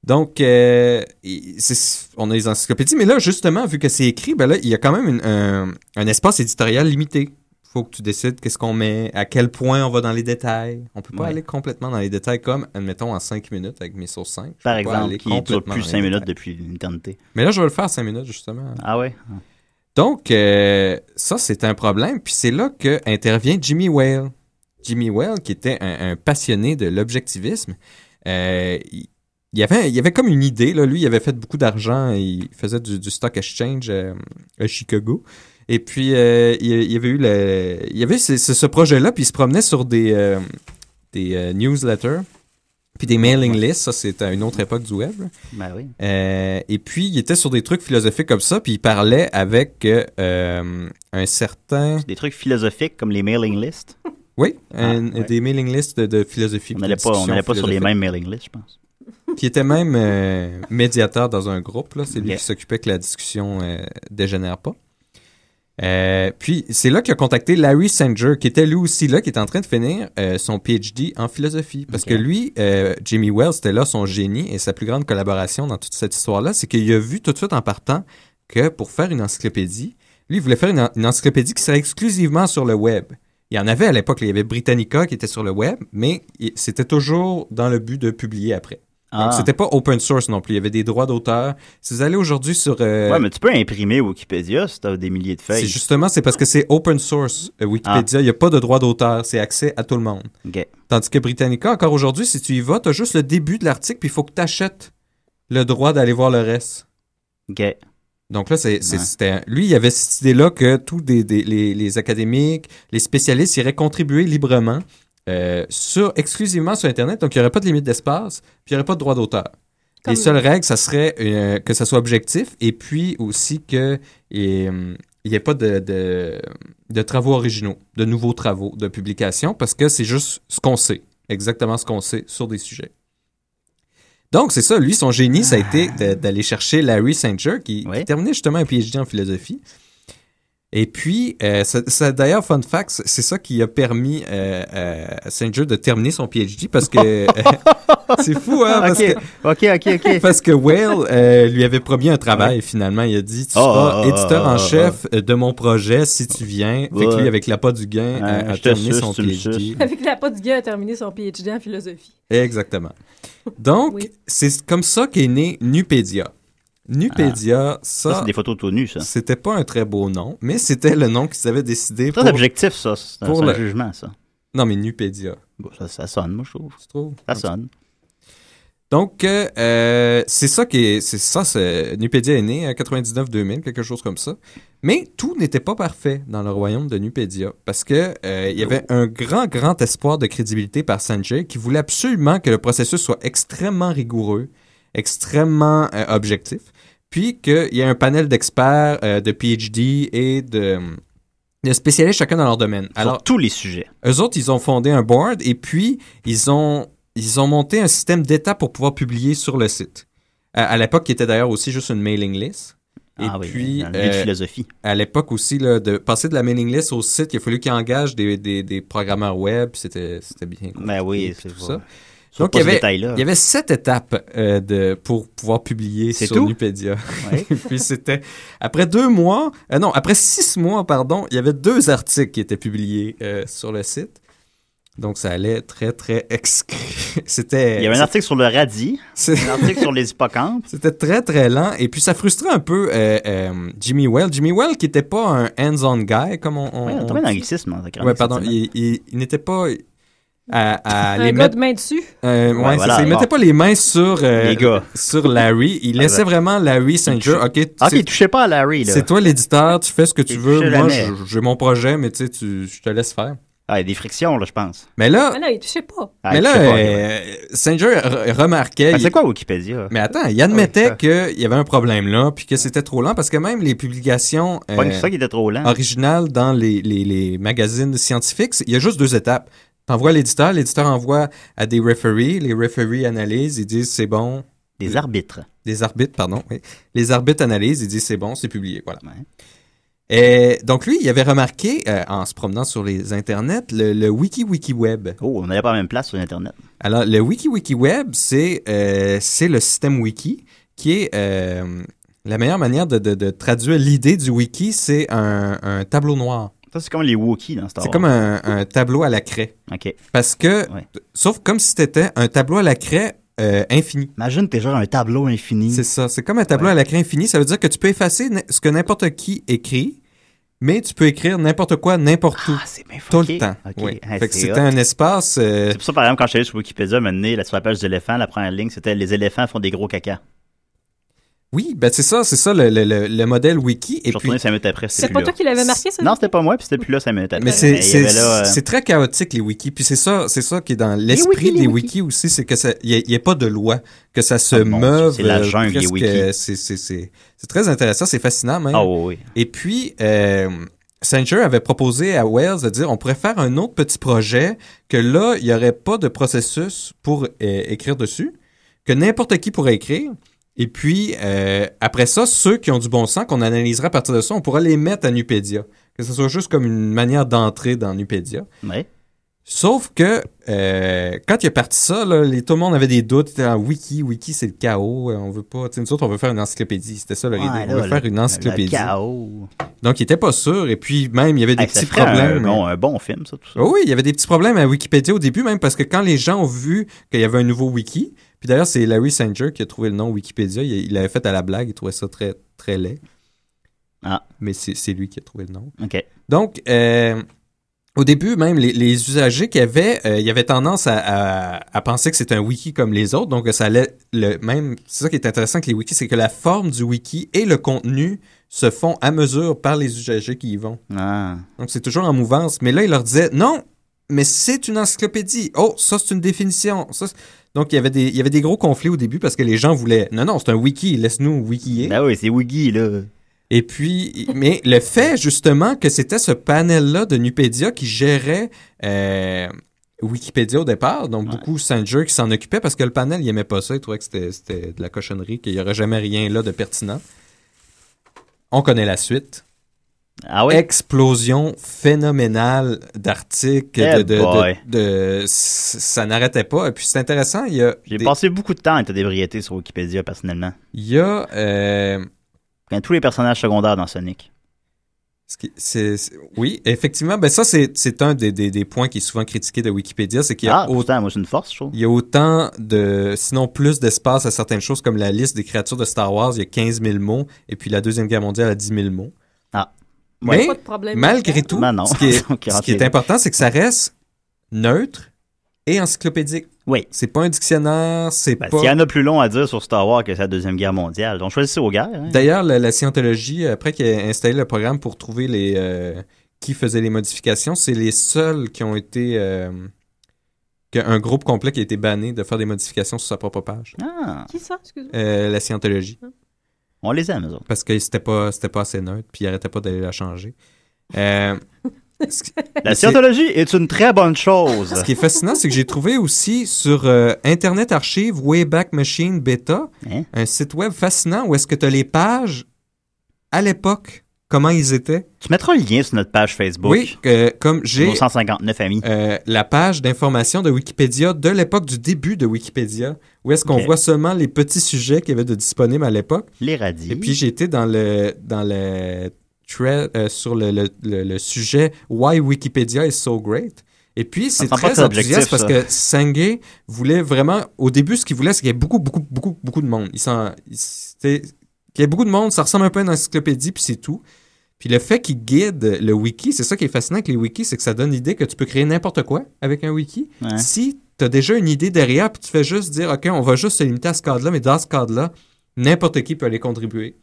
[SPEAKER 6] Donc, euh, il- c'est- on a les encyclopédies, mais là, justement, vu que c'est écrit, ben là, il y a quand même une- un, un espace éditorial limité. faut que tu décides qu'est-ce qu'on met, à quel point on va dans les détails. On peut pas
[SPEAKER 4] Ouais.
[SPEAKER 6] aller complètement dans les détails comme, admettons, en 5 minutes avec mes sources 5.
[SPEAKER 4] Par exemple, qui dure plus 5 minutes depuis une éternité.
[SPEAKER 6] Mais là, je vais le faire 5 minutes, justement.
[SPEAKER 4] Ah ouais?
[SPEAKER 6] Donc, euh, ça, c'est un problème. Puis c'est là que intervient Jimmy Whale. Jimmy Whale, qui était un, un passionné de l'objectivisme, euh, il, il avait, il avait comme une idée. Là. Lui, il avait fait beaucoup d'argent. Il faisait du, du stock exchange euh, à Chicago. Et puis, euh, il, il avait eu le, il avait ce, ce- ce projet-là, puis il se promenait sur des, euh, des euh, newsletters, puis des mailing lists. Ça, c'est à une autre époque du web. là.
[SPEAKER 4] Ben oui.
[SPEAKER 6] Euh, et puis, il était sur des trucs philosophiques comme ça, puis il parlait avec euh, euh, un certain...
[SPEAKER 4] Des trucs philosophiques comme les mailing lists.
[SPEAKER 6] Oui,
[SPEAKER 4] Ah,
[SPEAKER 6] un-
[SPEAKER 4] ouais.
[SPEAKER 6] des mailing lists de, de
[SPEAKER 4] On
[SPEAKER 6] philosophie. puis
[SPEAKER 4] n'allait
[SPEAKER 6] de
[SPEAKER 4] pas, on
[SPEAKER 6] discussions
[SPEAKER 4] allait pas sur les
[SPEAKER 6] philosophiques.
[SPEAKER 4] mêmes mailing lists, je pense.
[SPEAKER 6] Puis il était même euh, médiateur dans un groupe, là. c'est lui
[SPEAKER 4] Yeah.
[SPEAKER 6] qui s'occupait que la discussion euh, dégénère pas. Euh, puis c'est là qu'il a contacté Larry Sanger, qui était lui aussi là, qui était en train de finir euh, son PhD en philosophie. Parce
[SPEAKER 4] Ok.
[SPEAKER 6] que lui, euh, Jimmy Wells, c'était là son génie et sa plus grande collaboration dans toute cette histoire-là, c'est qu'il a vu tout de suite en partant que pour faire une encyclopédie, lui, il voulait faire une, en- une encyclopédie qui serait exclusivement sur le web. Il y en avait à l'époque, il y avait Britannica qui était sur le web, mais il- c'était toujours dans le but de publier après.
[SPEAKER 4] Ah.
[SPEAKER 6] Donc, C'était pas open source non plus. Il y avait des droits d'auteur. Si vous allez aujourd'hui sur. euh,
[SPEAKER 4] Ouais, mais tu peux imprimer Wikipédia si t'as des milliers de
[SPEAKER 6] c'est
[SPEAKER 4] feuilles.
[SPEAKER 6] justement, c'est parce que c'est open source euh, Wikipédia. Il n'y a pas de droit d'auteur. C'est accès à tout le monde.
[SPEAKER 4] Ah. Ok.
[SPEAKER 6] Tandis que Britannica, encore aujourd'hui, si tu y vas, tu as juste le début de l'article, puis il faut que tu achètes le droit d'aller voir le reste.
[SPEAKER 4] Ok.
[SPEAKER 6] Donc là, c'est, c'est-
[SPEAKER 4] Ouais.
[SPEAKER 6] c'était- lui, il y avait cette idée-là que tous des- des- les, les académiques, les spécialistes iraient contribuer librement euh, sur, exclusivement sur Internet. Donc, il n'y aurait pas de limite d'espace, puis il n'y aurait pas de droit d'auteur.
[SPEAKER 8] Comme-
[SPEAKER 6] Les seules règles, ça serait euh, que ça soit objectif et puis aussi que et, hum, il n'y ait pas de, de, de travaux originaux, de nouveaux travaux, de publications, parce que c'est juste ce qu'on sait, exactement ce qu'on sait sur des sujets. Donc, c'est ça, lui, son génie, ça a été de- d'aller chercher Larry Sanger, qui,
[SPEAKER 4] Oui.
[SPEAKER 6] qui terminait justement un PhD en philosophie. Et puis, euh, ça, ça- d'ailleurs, fun fact, c'est- c'est ça qui a permis euh, euh, à Sanger de terminer son PhD, parce que... c'est fou, hein, parce que...
[SPEAKER 4] Ok, ok, ok, ok.
[SPEAKER 6] Parce que Whale euh, lui avait promis un travail, finalement. Il a dit Tu
[SPEAKER 4] Ah,
[SPEAKER 6] seras
[SPEAKER 4] ah,
[SPEAKER 6] éditeur
[SPEAKER 4] ah,
[SPEAKER 6] en
[SPEAKER 4] ah,
[SPEAKER 6] chef euh, de mon projet si tu viens. Fait que
[SPEAKER 4] Ouais.
[SPEAKER 6] lui, avec l'appât du gain,
[SPEAKER 4] Ouais,
[SPEAKER 6] a, a
[SPEAKER 4] je te
[SPEAKER 6] terminé
[SPEAKER 4] suce,
[SPEAKER 6] son
[SPEAKER 4] tu me
[SPEAKER 6] PhD.
[SPEAKER 4] suces.
[SPEAKER 8] Avec la pas du gars a terminé son PhD en philosophie.
[SPEAKER 6] Exactement. Donc,
[SPEAKER 8] Oui.
[SPEAKER 6] c'est comme ça qu'est né Nupédia. Nupédia,
[SPEAKER 4] Ah. Ça,
[SPEAKER 6] ça,
[SPEAKER 4] c'est des photos tout nues, ça.
[SPEAKER 6] c'était pas un très beau nom, mais c'était le nom qu'ils avaient décidé
[SPEAKER 4] C'est
[SPEAKER 6] pour.
[SPEAKER 4] très objectif, ça. C'est un,
[SPEAKER 6] pour
[SPEAKER 4] c'est un
[SPEAKER 6] le-
[SPEAKER 4] jugement, ça.
[SPEAKER 6] Non, mais Nupédia,
[SPEAKER 4] Bon, ça. Ça sonne, moi, je trouve.
[SPEAKER 6] tu trouves
[SPEAKER 4] Ça sonne.
[SPEAKER 6] Donc, euh, euh, c'est ça qui est. C'est ça, c'est- Nupédia est né en 99-2000, quelque chose comme ça. Mais tout n'était pas parfait dans le royaume de Nupédia. Parce que euh, il y avait un grand, grand espoir de crédibilité par Sanjay qui voulait absolument que le processus soit extrêmement rigoureux, extrêmement euh, objectif. Puis qu'il y ait un panel d'experts, euh, de PhD et de, de spécialistes chacun dans leur domaine. Alors,
[SPEAKER 4] Sur tous les sujets.
[SPEAKER 6] eux autres, ils ont fondé un board et puis ils ont, ils ont monté un système d'étapes pour pouvoir publier sur le site. À, à l'époque, qui était d'ailleurs aussi juste une mailing list. Et
[SPEAKER 4] ah oui,
[SPEAKER 6] puis,
[SPEAKER 4] dans le milieu de
[SPEAKER 6] euh,
[SPEAKER 4] philosophie.
[SPEAKER 6] à l'époque aussi, là, de passer de la mailing list au site, il a fallu qu'ils engagent des, des, des programmeurs web. puis C'était c'était bien.
[SPEAKER 4] Ben
[SPEAKER 6] compliqué,
[SPEAKER 4] oui,
[SPEAKER 6] puis
[SPEAKER 4] c'est
[SPEAKER 6] tout ça.
[SPEAKER 4] ça. Sur
[SPEAKER 6] Donc, il
[SPEAKER 4] pas
[SPEAKER 6] y
[SPEAKER 4] ce
[SPEAKER 6] avait-
[SPEAKER 4] détail-là.
[SPEAKER 6] Il y avait sept étapes euh, de, pour pouvoir publier
[SPEAKER 4] C'est
[SPEAKER 6] sur
[SPEAKER 4] tout?
[SPEAKER 6] Nupedia.
[SPEAKER 4] Ouais.
[SPEAKER 6] Et puis c'était après deux mois, euh, non, après six mois, pardon, il y avait deux articles qui étaient publiés euh, sur le site. Donc ça allait très très excru. C'était
[SPEAKER 4] Il y avait un article sur le radis,
[SPEAKER 6] c'est-
[SPEAKER 4] un article sur les hippocampes.
[SPEAKER 6] c'était très très lent et puis ça frustrait un peu euh, euh, Jimmy Well. Jimmy Well qui était pas un hands-on guy comme on. on-
[SPEAKER 4] Ouais, on
[SPEAKER 6] on
[SPEAKER 4] tombait dans
[SPEAKER 6] dit.
[SPEAKER 4] l'anglicisme. hein, ça, quand
[SPEAKER 6] Ouais,
[SPEAKER 4] même,
[SPEAKER 6] pardon,
[SPEAKER 4] cette semaine.
[SPEAKER 6] il, il- il n'était pas. à, à
[SPEAKER 8] Un
[SPEAKER 6] les
[SPEAKER 8] gars
[SPEAKER 6] mettre.
[SPEAKER 8] de main dessus.
[SPEAKER 6] Euh, ouais,
[SPEAKER 4] Ouais,
[SPEAKER 6] c'est
[SPEAKER 4] voilà,
[SPEAKER 6] ça. Il
[SPEAKER 4] bon.
[SPEAKER 6] mettait pas les mains sur, euh,
[SPEAKER 4] Les gars.
[SPEAKER 6] sur Larry. Il
[SPEAKER 4] Ah,
[SPEAKER 6] laissait
[SPEAKER 4] ben.
[SPEAKER 6] vraiment Larry St. John. Ok, t-
[SPEAKER 4] Ah, ok,
[SPEAKER 6] c'est-
[SPEAKER 4] il touchait pas à Larry, là.
[SPEAKER 6] c'est toi l'éditeur, tu fais ce que tu
[SPEAKER 4] Il
[SPEAKER 6] veux.
[SPEAKER 4] touchait
[SPEAKER 6] Moi,
[SPEAKER 4] jamais.
[SPEAKER 6] je- j'ai mon projet, mais tu sais, tu- je te laisse faire.
[SPEAKER 4] Ah, il y a des frictions, là, je pense.
[SPEAKER 6] Mais là,
[SPEAKER 8] Mais là, il touchait pas.
[SPEAKER 4] Ah,
[SPEAKER 6] mais
[SPEAKER 4] il
[SPEAKER 6] là,
[SPEAKER 4] touchait pas, ouais.
[SPEAKER 6] euh, St. John re- remarquait.
[SPEAKER 4] Ah,
[SPEAKER 6] il-
[SPEAKER 4] c'est quoi Wikipédia?
[SPEAKER 6] Mais attends, il admettait
[SPEAKER 4] Ah
[SPEAKER 6] qu'il y avait un problème là, puis que c'était trop lent, parce que même les publications euh,
[SPEAKER 4] Pas une hein? ça qui était trop lent.
[SPEAKER 6] originales dans les, les, les magazines scientifiques, c'est- il y a juste deux étapes. T'envoies à l'éditeur, l'éditeur envoie à des referees, les referees analysent, ils disent c'est bon.
[SPEAKER 4] Des arbitres.
[SPEAKER 6] Des arbitres, pardon. oui. Les arbitres analysent, ils disent c'est bon, c'est publié. Voilà.
[SPEAKER 4] Ouais.
[SPEAKER 6] Et donc lui, il avait remarqué, euh, en se promenant sur les internets, le, le wiki wiki web.
[SPEAKER 4] Oh, on n'allait pas à la même place sur Internet.
[SPEAKER 6] Alors, le WikiWiki Web, c'est euh, c'est le système wiki qui est euh, la meilleure manière de, de- de traduire l'idée du wiki, c'est un, un tableau noir.
[SPEAKER 4] Ça, c'est comme les Wookiees dans Star
[SPEAKER 6] C'est comme un, un tableau à la craie.
[SPEAKER 4] un... OK.
[SPEAKER 6] Parce que,
[SPEAKER 4] Ouais.
[SPEAKER 6] sauf comme si c'était un tableau à la craie euh, infini.
[SPEAKER 4] Imagine, t'es genre un tableau infini.
[SPEAKER 6] C'est ça. C'est comme un tableau
[SPEAKER 4] Ouais.
[SPEAKER 6] à la craie infini. Ça veut dire que tu peux effacer n- ce que n'importe qui écrit, mais tu peux écrire n'importe quoi, n'importe où,
[SPEAKER 4] Ah, c'est bien
[SPEAKER 6] tout
[SPEAKER 4] fucké.
[SPEAKER 6] le temps.
[SPEAKER 4] OK.
[SPEAKER 6] Oui.
[SPEAKER 4] Ah,
[SPEAKER 6] fait que
[SPEAKER 4] c'est
[SPEAKER 6] c'était
[SPEAKER 4] hot.
[SPEAKER 6] un espace. euh,
[SPEAKER 4] C'est pour ça, par exemple, quand je suis allé sur Wikipédia, mener là, sur la page des éléphants, la première ligne, c'était Les éléphants font des gros caca.
[SPEAKER 6] Oui, ben c'est ça, c'est ça le, le- le- le modèle
[SPEAKER 4] Je
[SPEAKER 6] wiki. Et
[SPEAKER 4] suis
[SPEAKER 6] puis,
[SPEAKER 4] retourné 5 minutes après.
[SPEAKER 8] C'est
[SPEAKER 4] c'était
[SPEAKER 8] pas
[SPEAKER 4] plus
[SPEAKER 8] toi
[SPEAKER 4] là.
[SPEAKER 8] qui l'avais marqué, ça?
[SPEAKER 4] Non, c'était pas moi, puis c'était plus là 5 minutes après.
[SPEAKER 6] Mais c'est
[SPEAKER 4] il y
[SPEAKER 6] c'est
[SPEAKER 4] avait là, euh,
[SPEAKER 6] c'est très chaotique les wikis. Puis c'est ça, c'est ça qui est dans l'esprit
[SPEAKER 4] wikis, les
[SPEAKER 6] des
[SPEAKER 4] wikis.
[SPEAKER 6] wikis aussi, c'est que ça, il y a- il y a, pas de loi, que ça se
[SPEAKER 4] Ah, mon Dieu,
[SPEAKER 6] meuve.
[SPEAKER 4] c'est la
[SPEAKER 6] euh,
[SPEAKER 4] jungle, les
[SPEAKER 6] presque,
[SPEAKER 4] wikis.
[SPEAKER 6] euh, C'est c'est- c'est- c'est très intéressant, c'est fascinant même.
[SPEAKER 4] Ah oui, oui.
[SPEAKER 6] Et puis, euh, Sanger avait proposé à Wells de dire on pourrait faire un autre petit projet que là, il n'y aurait pas de processus pour euh, écrire dessus, que n'importe qui pourrait écrire. Et puis, euh, après ça, ceux qui ont du bon sens, qu'on analysera à partir de ça, on pourra les mettre à Nupedia. Que ce soit juste comme une manière d'entrer dans Nupedia.
[SPEAKER 4] Ouais.
[SPEAKER 6] Sauf que euh, quand il est parti ça, là, les- tout le monde avait des doutes. C'était en wiki, wiki, c'est le chaos. euh, On veut pas. tu sais, Nous autres, on veut faire une encyclopédie. C'était ça leur
[SPEAKER 4] Ouais,
[SPEAKER 6] idée.
[SPEAKER 4] là,
[SPEAKER 6] on veut
[SPEAKER 4] le-
[SPEAKER 6] faire une
[SPEAKER 4] Le
[SPEAKER 6] encyclopédie.
[SPEAKER 4] chaos.
[SPEAKER 6] Donc, il était pas sûr. Et puis, même, il y avait des
[SPEAKER 4] Hey, ça
[SPEAKER 6] petits
[SPEAKER 4] ferait un hein.
[SPEAKER 6] problèmes.
[SPEAKER 4] euh, bon- un bon film, ça, tout ça.
[SPEAKER 6] Oh oui, il y avait des petits problèmes à Wikipédia au début, même parce que quand les gens ont vu qu'il y avait un nouveau wiki, puis d'ailleurs, c'est Larry Sanger qui a trouvé le nom Wikipédia. Il, il l'avait fait à la blague. Il trouvait ça très, très laid.
[SPEAKER 4] Ah.
[SPEAKER 6] Mais c'est c'est lui qui a trouvé le nom.
[SPEAKER 4] OK.
[SPEAKER 6] Donc, euh, au début, même, les, les usagers qui avaient, euh, il y avait tendance à, à- à penser que c'était un wiki comme les autres. Donc, ça allait le même. C'est ça qui est intéressant avec les wikis, c'est que la forme du wiki et le contenu se font à mesure par les usagers qui y vont.
[SPEAKER 4] Ah.
[SPEAKER 6] Donc, c'est toujours en mouvance. Mais là, il leur disait non, mais c'est une encyclopédie. Oh, ça, c'est une définition. Ça, c'est- donc, il y, avait des, il y avait des gros conflits au début parce que les gens voulaient non, non, c'est un wiki, laisse-nous wikier.
[SPEAKER 4] Ben oui, c'est Wiggy, là.
[SPEAKER 6] Et puis, mais le fait justement que c'était ce panel-là de Nupédia qui gérait euh, Wikipédia au départ, donc
[SPEAKER 4] Ouais.
[SPEAKER 6] beaucoup Sanger qui s'en occupait parce que le panel, il aimait pas ça, il trouvait que c'était- c'était de la cochonnerie, qu'il n'y aurait jamais rien là de pertinent. On connaît la suite.
[SPEAKER 4] Ah oui?
[SPEAKER 6] Explosion phénoménale d'articles.
[SPEAKER 4] Eh
[SPEAKER 6] de, de- de-
[SPEAKER 4] boy.
[SPEAKER 6] de- s- ça n'arrêtait pas. Et puis c'est intéressant, il y a...
[SPEAKER 4] J'ai
[SPEAKER 6] des-
[SPEAKER 4] passé beaucoup de temps à être débriété sur Wikipédia, personnellement.
[SPEAKER 6] Il y a... euh,
[SPEAKER 4] Quand tous les personnages secondaires dans Sonic.
[SPEAKER 6] Ce qui- c'est- c'est- oui, effectivement, ben ça, c'est c'est un des, des- des points qui est souvent critiqué de Wikipédia, c'est qu'il y, a
[SPEAKER 4] Ah,
[SPEAKER 6] au-
[SPEAKER 4] pourtant, moi, c'est une force, je trouve.
[SPEAKER 6] il y a autant de, sinon plus d'espace à certaines choses, comme la liste des créatures de Star Wars, il y a 15 000 mots, et puis la Deuxième Guerre mondiale a 10 000 mots.
[SPEAKER 4] Ah.
[SPEAKER 6] Mais,
[SPEAKER 8] Pas de problème.
[SPEAKER 6] malgré tout,
[SPEAKER 4] Ben non.
[SPEAKER 6] ce qui est,
[SPEAKER 4] Donc, il
[SPEAKER 6] ce
[SPEAKER 4] rentre
[SPEAKER 6] qui est
[SPEAKER 4] les-
[SPEAKER 6] important, c'est que ça reste neutre et encyclopédique.
[SPEAKER 4] Oui.
[SPEAKER 6] C'est pas un dictionnaire, c'est
[SPEAKER 4] Ben,
[SPEAKER 6] pas...
[SPEAKER 4] S'il y en a plus long à dire sur Star Wars que c'est la Deuxième Guerre mondiale, on choisit ça aux guerres. hein.
[SPEAKER 6] D'ailleurs, la, la scientologie, euh, après qui a installé le programme pour trouver les euh, qui faisait les modifications, c'est les seuls qui ont été euh, qu'un groupe complet qui a été banni de faire des modifications sur sa propre page.
[SPEAKER 4] Ah,
[SPEAKER 8] Qui ça, excuse-moi?
[SPEAKER 6] Euh, la scientologie,
[SPEAKER 4] on les aime, eux autres.
[SPEAKER 6] parce que c'était pas c'était pas assez neutre, puis ils arrêtaient pas d'aller la changer. Euh, ce, qui-
[SPEAKER 4] La
[SPEAKER 6] Mais c'est-
[SPEAKER 4] scientologie est une très bonne chose.
[SPEAKER 6] ce qui est fascinant, c'est que j'ai trouvé aussi sur euh, Internet Archive Wayback Machine Beta
[SPEAKER 4] Hein?
[SPEAKER 6] un site web fascinant où est-ce que tu as les pages à l'époque, comment ils étaient.
[SPEAKER 4] Tu mettras le lien sur notre page Facebook.
[SPEAKER 6] Oui, euh, comme j'ai
[SPEAKER 4] Nos 159 amis.
[SPEAKER 6] Euh, la page d'information de Wikipédia de l'époque du début de Wikipédia, où est-ce qu'on
[SPEAKER 4] Ok.
[SPEAKER 6] voit seulement les petits sujets qu'il y avait de disponibles à l'époque.
[SPEAKER 4] Les radis.
[SPEAKER 6] Et puis j'ai été dans le dans le thread euh, sur le, le- le- le sujet Why Wikipedia is so great. Et puis c'est
[SPEAKER 4] me semble pas que
[SPEAKER 6] très
[SPEAKER 4] c'est objectif,
[SPEAKER 6] enthousiaste parce
[SPEAKER 4] ça.
[SPEAKER 6] que Senge voulait vraiment au début ce qu'il voulait c'est qu'il y ait beaucoup beaucoup beaucoup beaucoup de monde. Il s'en il- c'était- qu'il y ait beaucoup de monde, ça ressemble un peu à une encyclopédie puis c'est tout. Puis le fait qu'ils guident le wiki, c'est ça qui est fascinant avec les wikis, c'est que ça donne l'idée que tu peux créer n'importe quoi avec un wiki.
[SPEAKER 4] Ouais.
[SPEAKER 6] Si tu as déjà une idée derrière, puis tu fais juste dire, OK, on va juste se limiter à ce cadre-là, mais dans ce cadre-là, n'importe qui peut aller contribuer.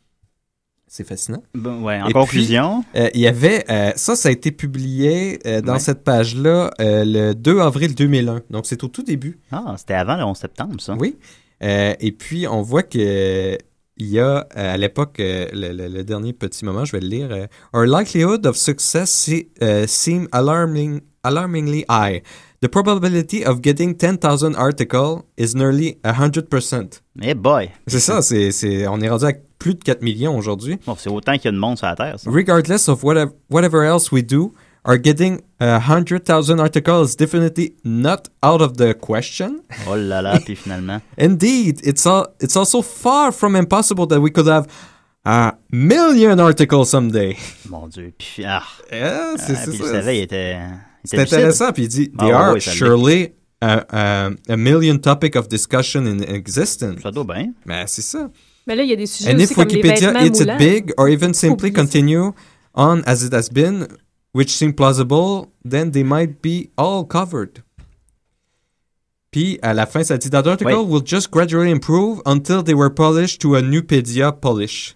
[SPEAKER 6] C'est fascinant.
[SPEAKER 4] Bon, ouais, en
[SPEAKER 6] Et
[SPEAKER 4] conclusion,
[SPEAKER 6] Euh, Il y avait, euh, ça, ça a été publié euh, dans
[SPEAKER 4] Ouais.
[SPEAKER 6] cette page-là euh, le 2 avril 2001. Donc, c'est au tout début.
[SPEAKER 4] ah, c'était avant le 11 septembre, ça.
[SPEAKER 6] Oui. Euh, et puis, on voit que il y a euh, à l'époque, euh, le, le- le dernier petit moment, je vais le lire. euh, Our likelihood of success se- euh, seem alarming, alarmingly high. The probability of getting 10,000 articles is nearly 100%.
[SPEAKER 4] Eh boy!
[SPEAKER 6] C'est ça, c'est, c'est- on est rendu à plus de 4 millions aujourd'hui.
[SPEAKER 4] Bon, c'est autant qu'il y a de monde sur la Terre, ça.
[SPEAKER 6] Regardless of whatever, whatever else we do, are getting 100,000 articles is definitely not out of the question.
[SPEAKER 4] Oh là là, puis finalement.
[SPEAKER 6] Indeed, it's all, it's also far from impossible that we could have a million articles someday.
[SPEAKER 4] Mon Dieu. Puis, ah,
[SPEAKER 6] Yeah,
[SPEAKER 4] ah,
[SPEAKER 6] c'est c'est
[SPEAKER 4] puis je
[SPEAKER 6] ça.
[SPEAKER 4] savais, il était. il
[SPEAKER 6] C'est
[SPEAKER 4] était lucide.
[SPEAKER 6] intéressant. Puis il dit,
[SPEAKER 4] Ah,
[SPEAKER 6] there
[SPEAKER 4] ouais,
[SPEAKER 6] are
[SPEAKER 4] ouais, ça l'est.
[SPEAKER 6] surely a, a, a million topics of discussion in existence.
[SPEAKER 4] Ça doit bien.
[SPEAKER 6] Mais c'est ça.
[SPEAKER 8] Mais là, il y a des sujets
[SPEAKER 6] And
[SPEAKER 8] aussi
[SPEAKER 6] if
[SPEAKER 8] comme les
[SPEAKER 6] Wikipedia
[SPEAKER 8] vêtements
[SPEAKER 6] hits it
[SPEAKER 8] moulants.
[SPEAKER 6] big or even simply
[SPEAKER 8] Oublie.
[SPEAKER 6] continue on as it has been, which seem plausible, then they might be all covered. Puis à la fin, ça dit that article
[SPEAKER 4] Oui.
[SPEAKER 6] will just gradually improve until they were published to a Nupedia Polish.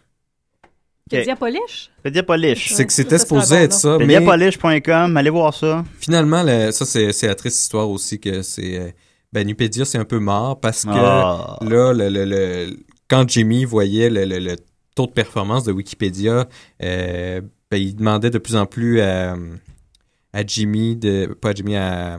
[SPEAKER 8] Wikipedia Polish?
[SPEAKER 4] Pediapolish.
[SPEAKER 6] C'est que c'était
[SPEAKER 8] ça, c'est
[SPEAKER 6] supposé
[SPEAKER 8] un bon
[SPEAKER 6] être ça, mais
[SPEAKER 4] Pediapolish.com, allez voir ça.
[SPEAKER 6] finalement, le- ça c'est c'est la triste histoire aussi que c'est euh, ben Nupedia c'est un peu mort parce que
[SPEAKER 4] Ah.
[SPEAKER 6] Là, le, le- le- quand Jimmy voyait le, le- le taux de performance de Wikipédia, euh, ben, il demandait de plus en plus à, à Jimmy, de, pas à Jimmy, à,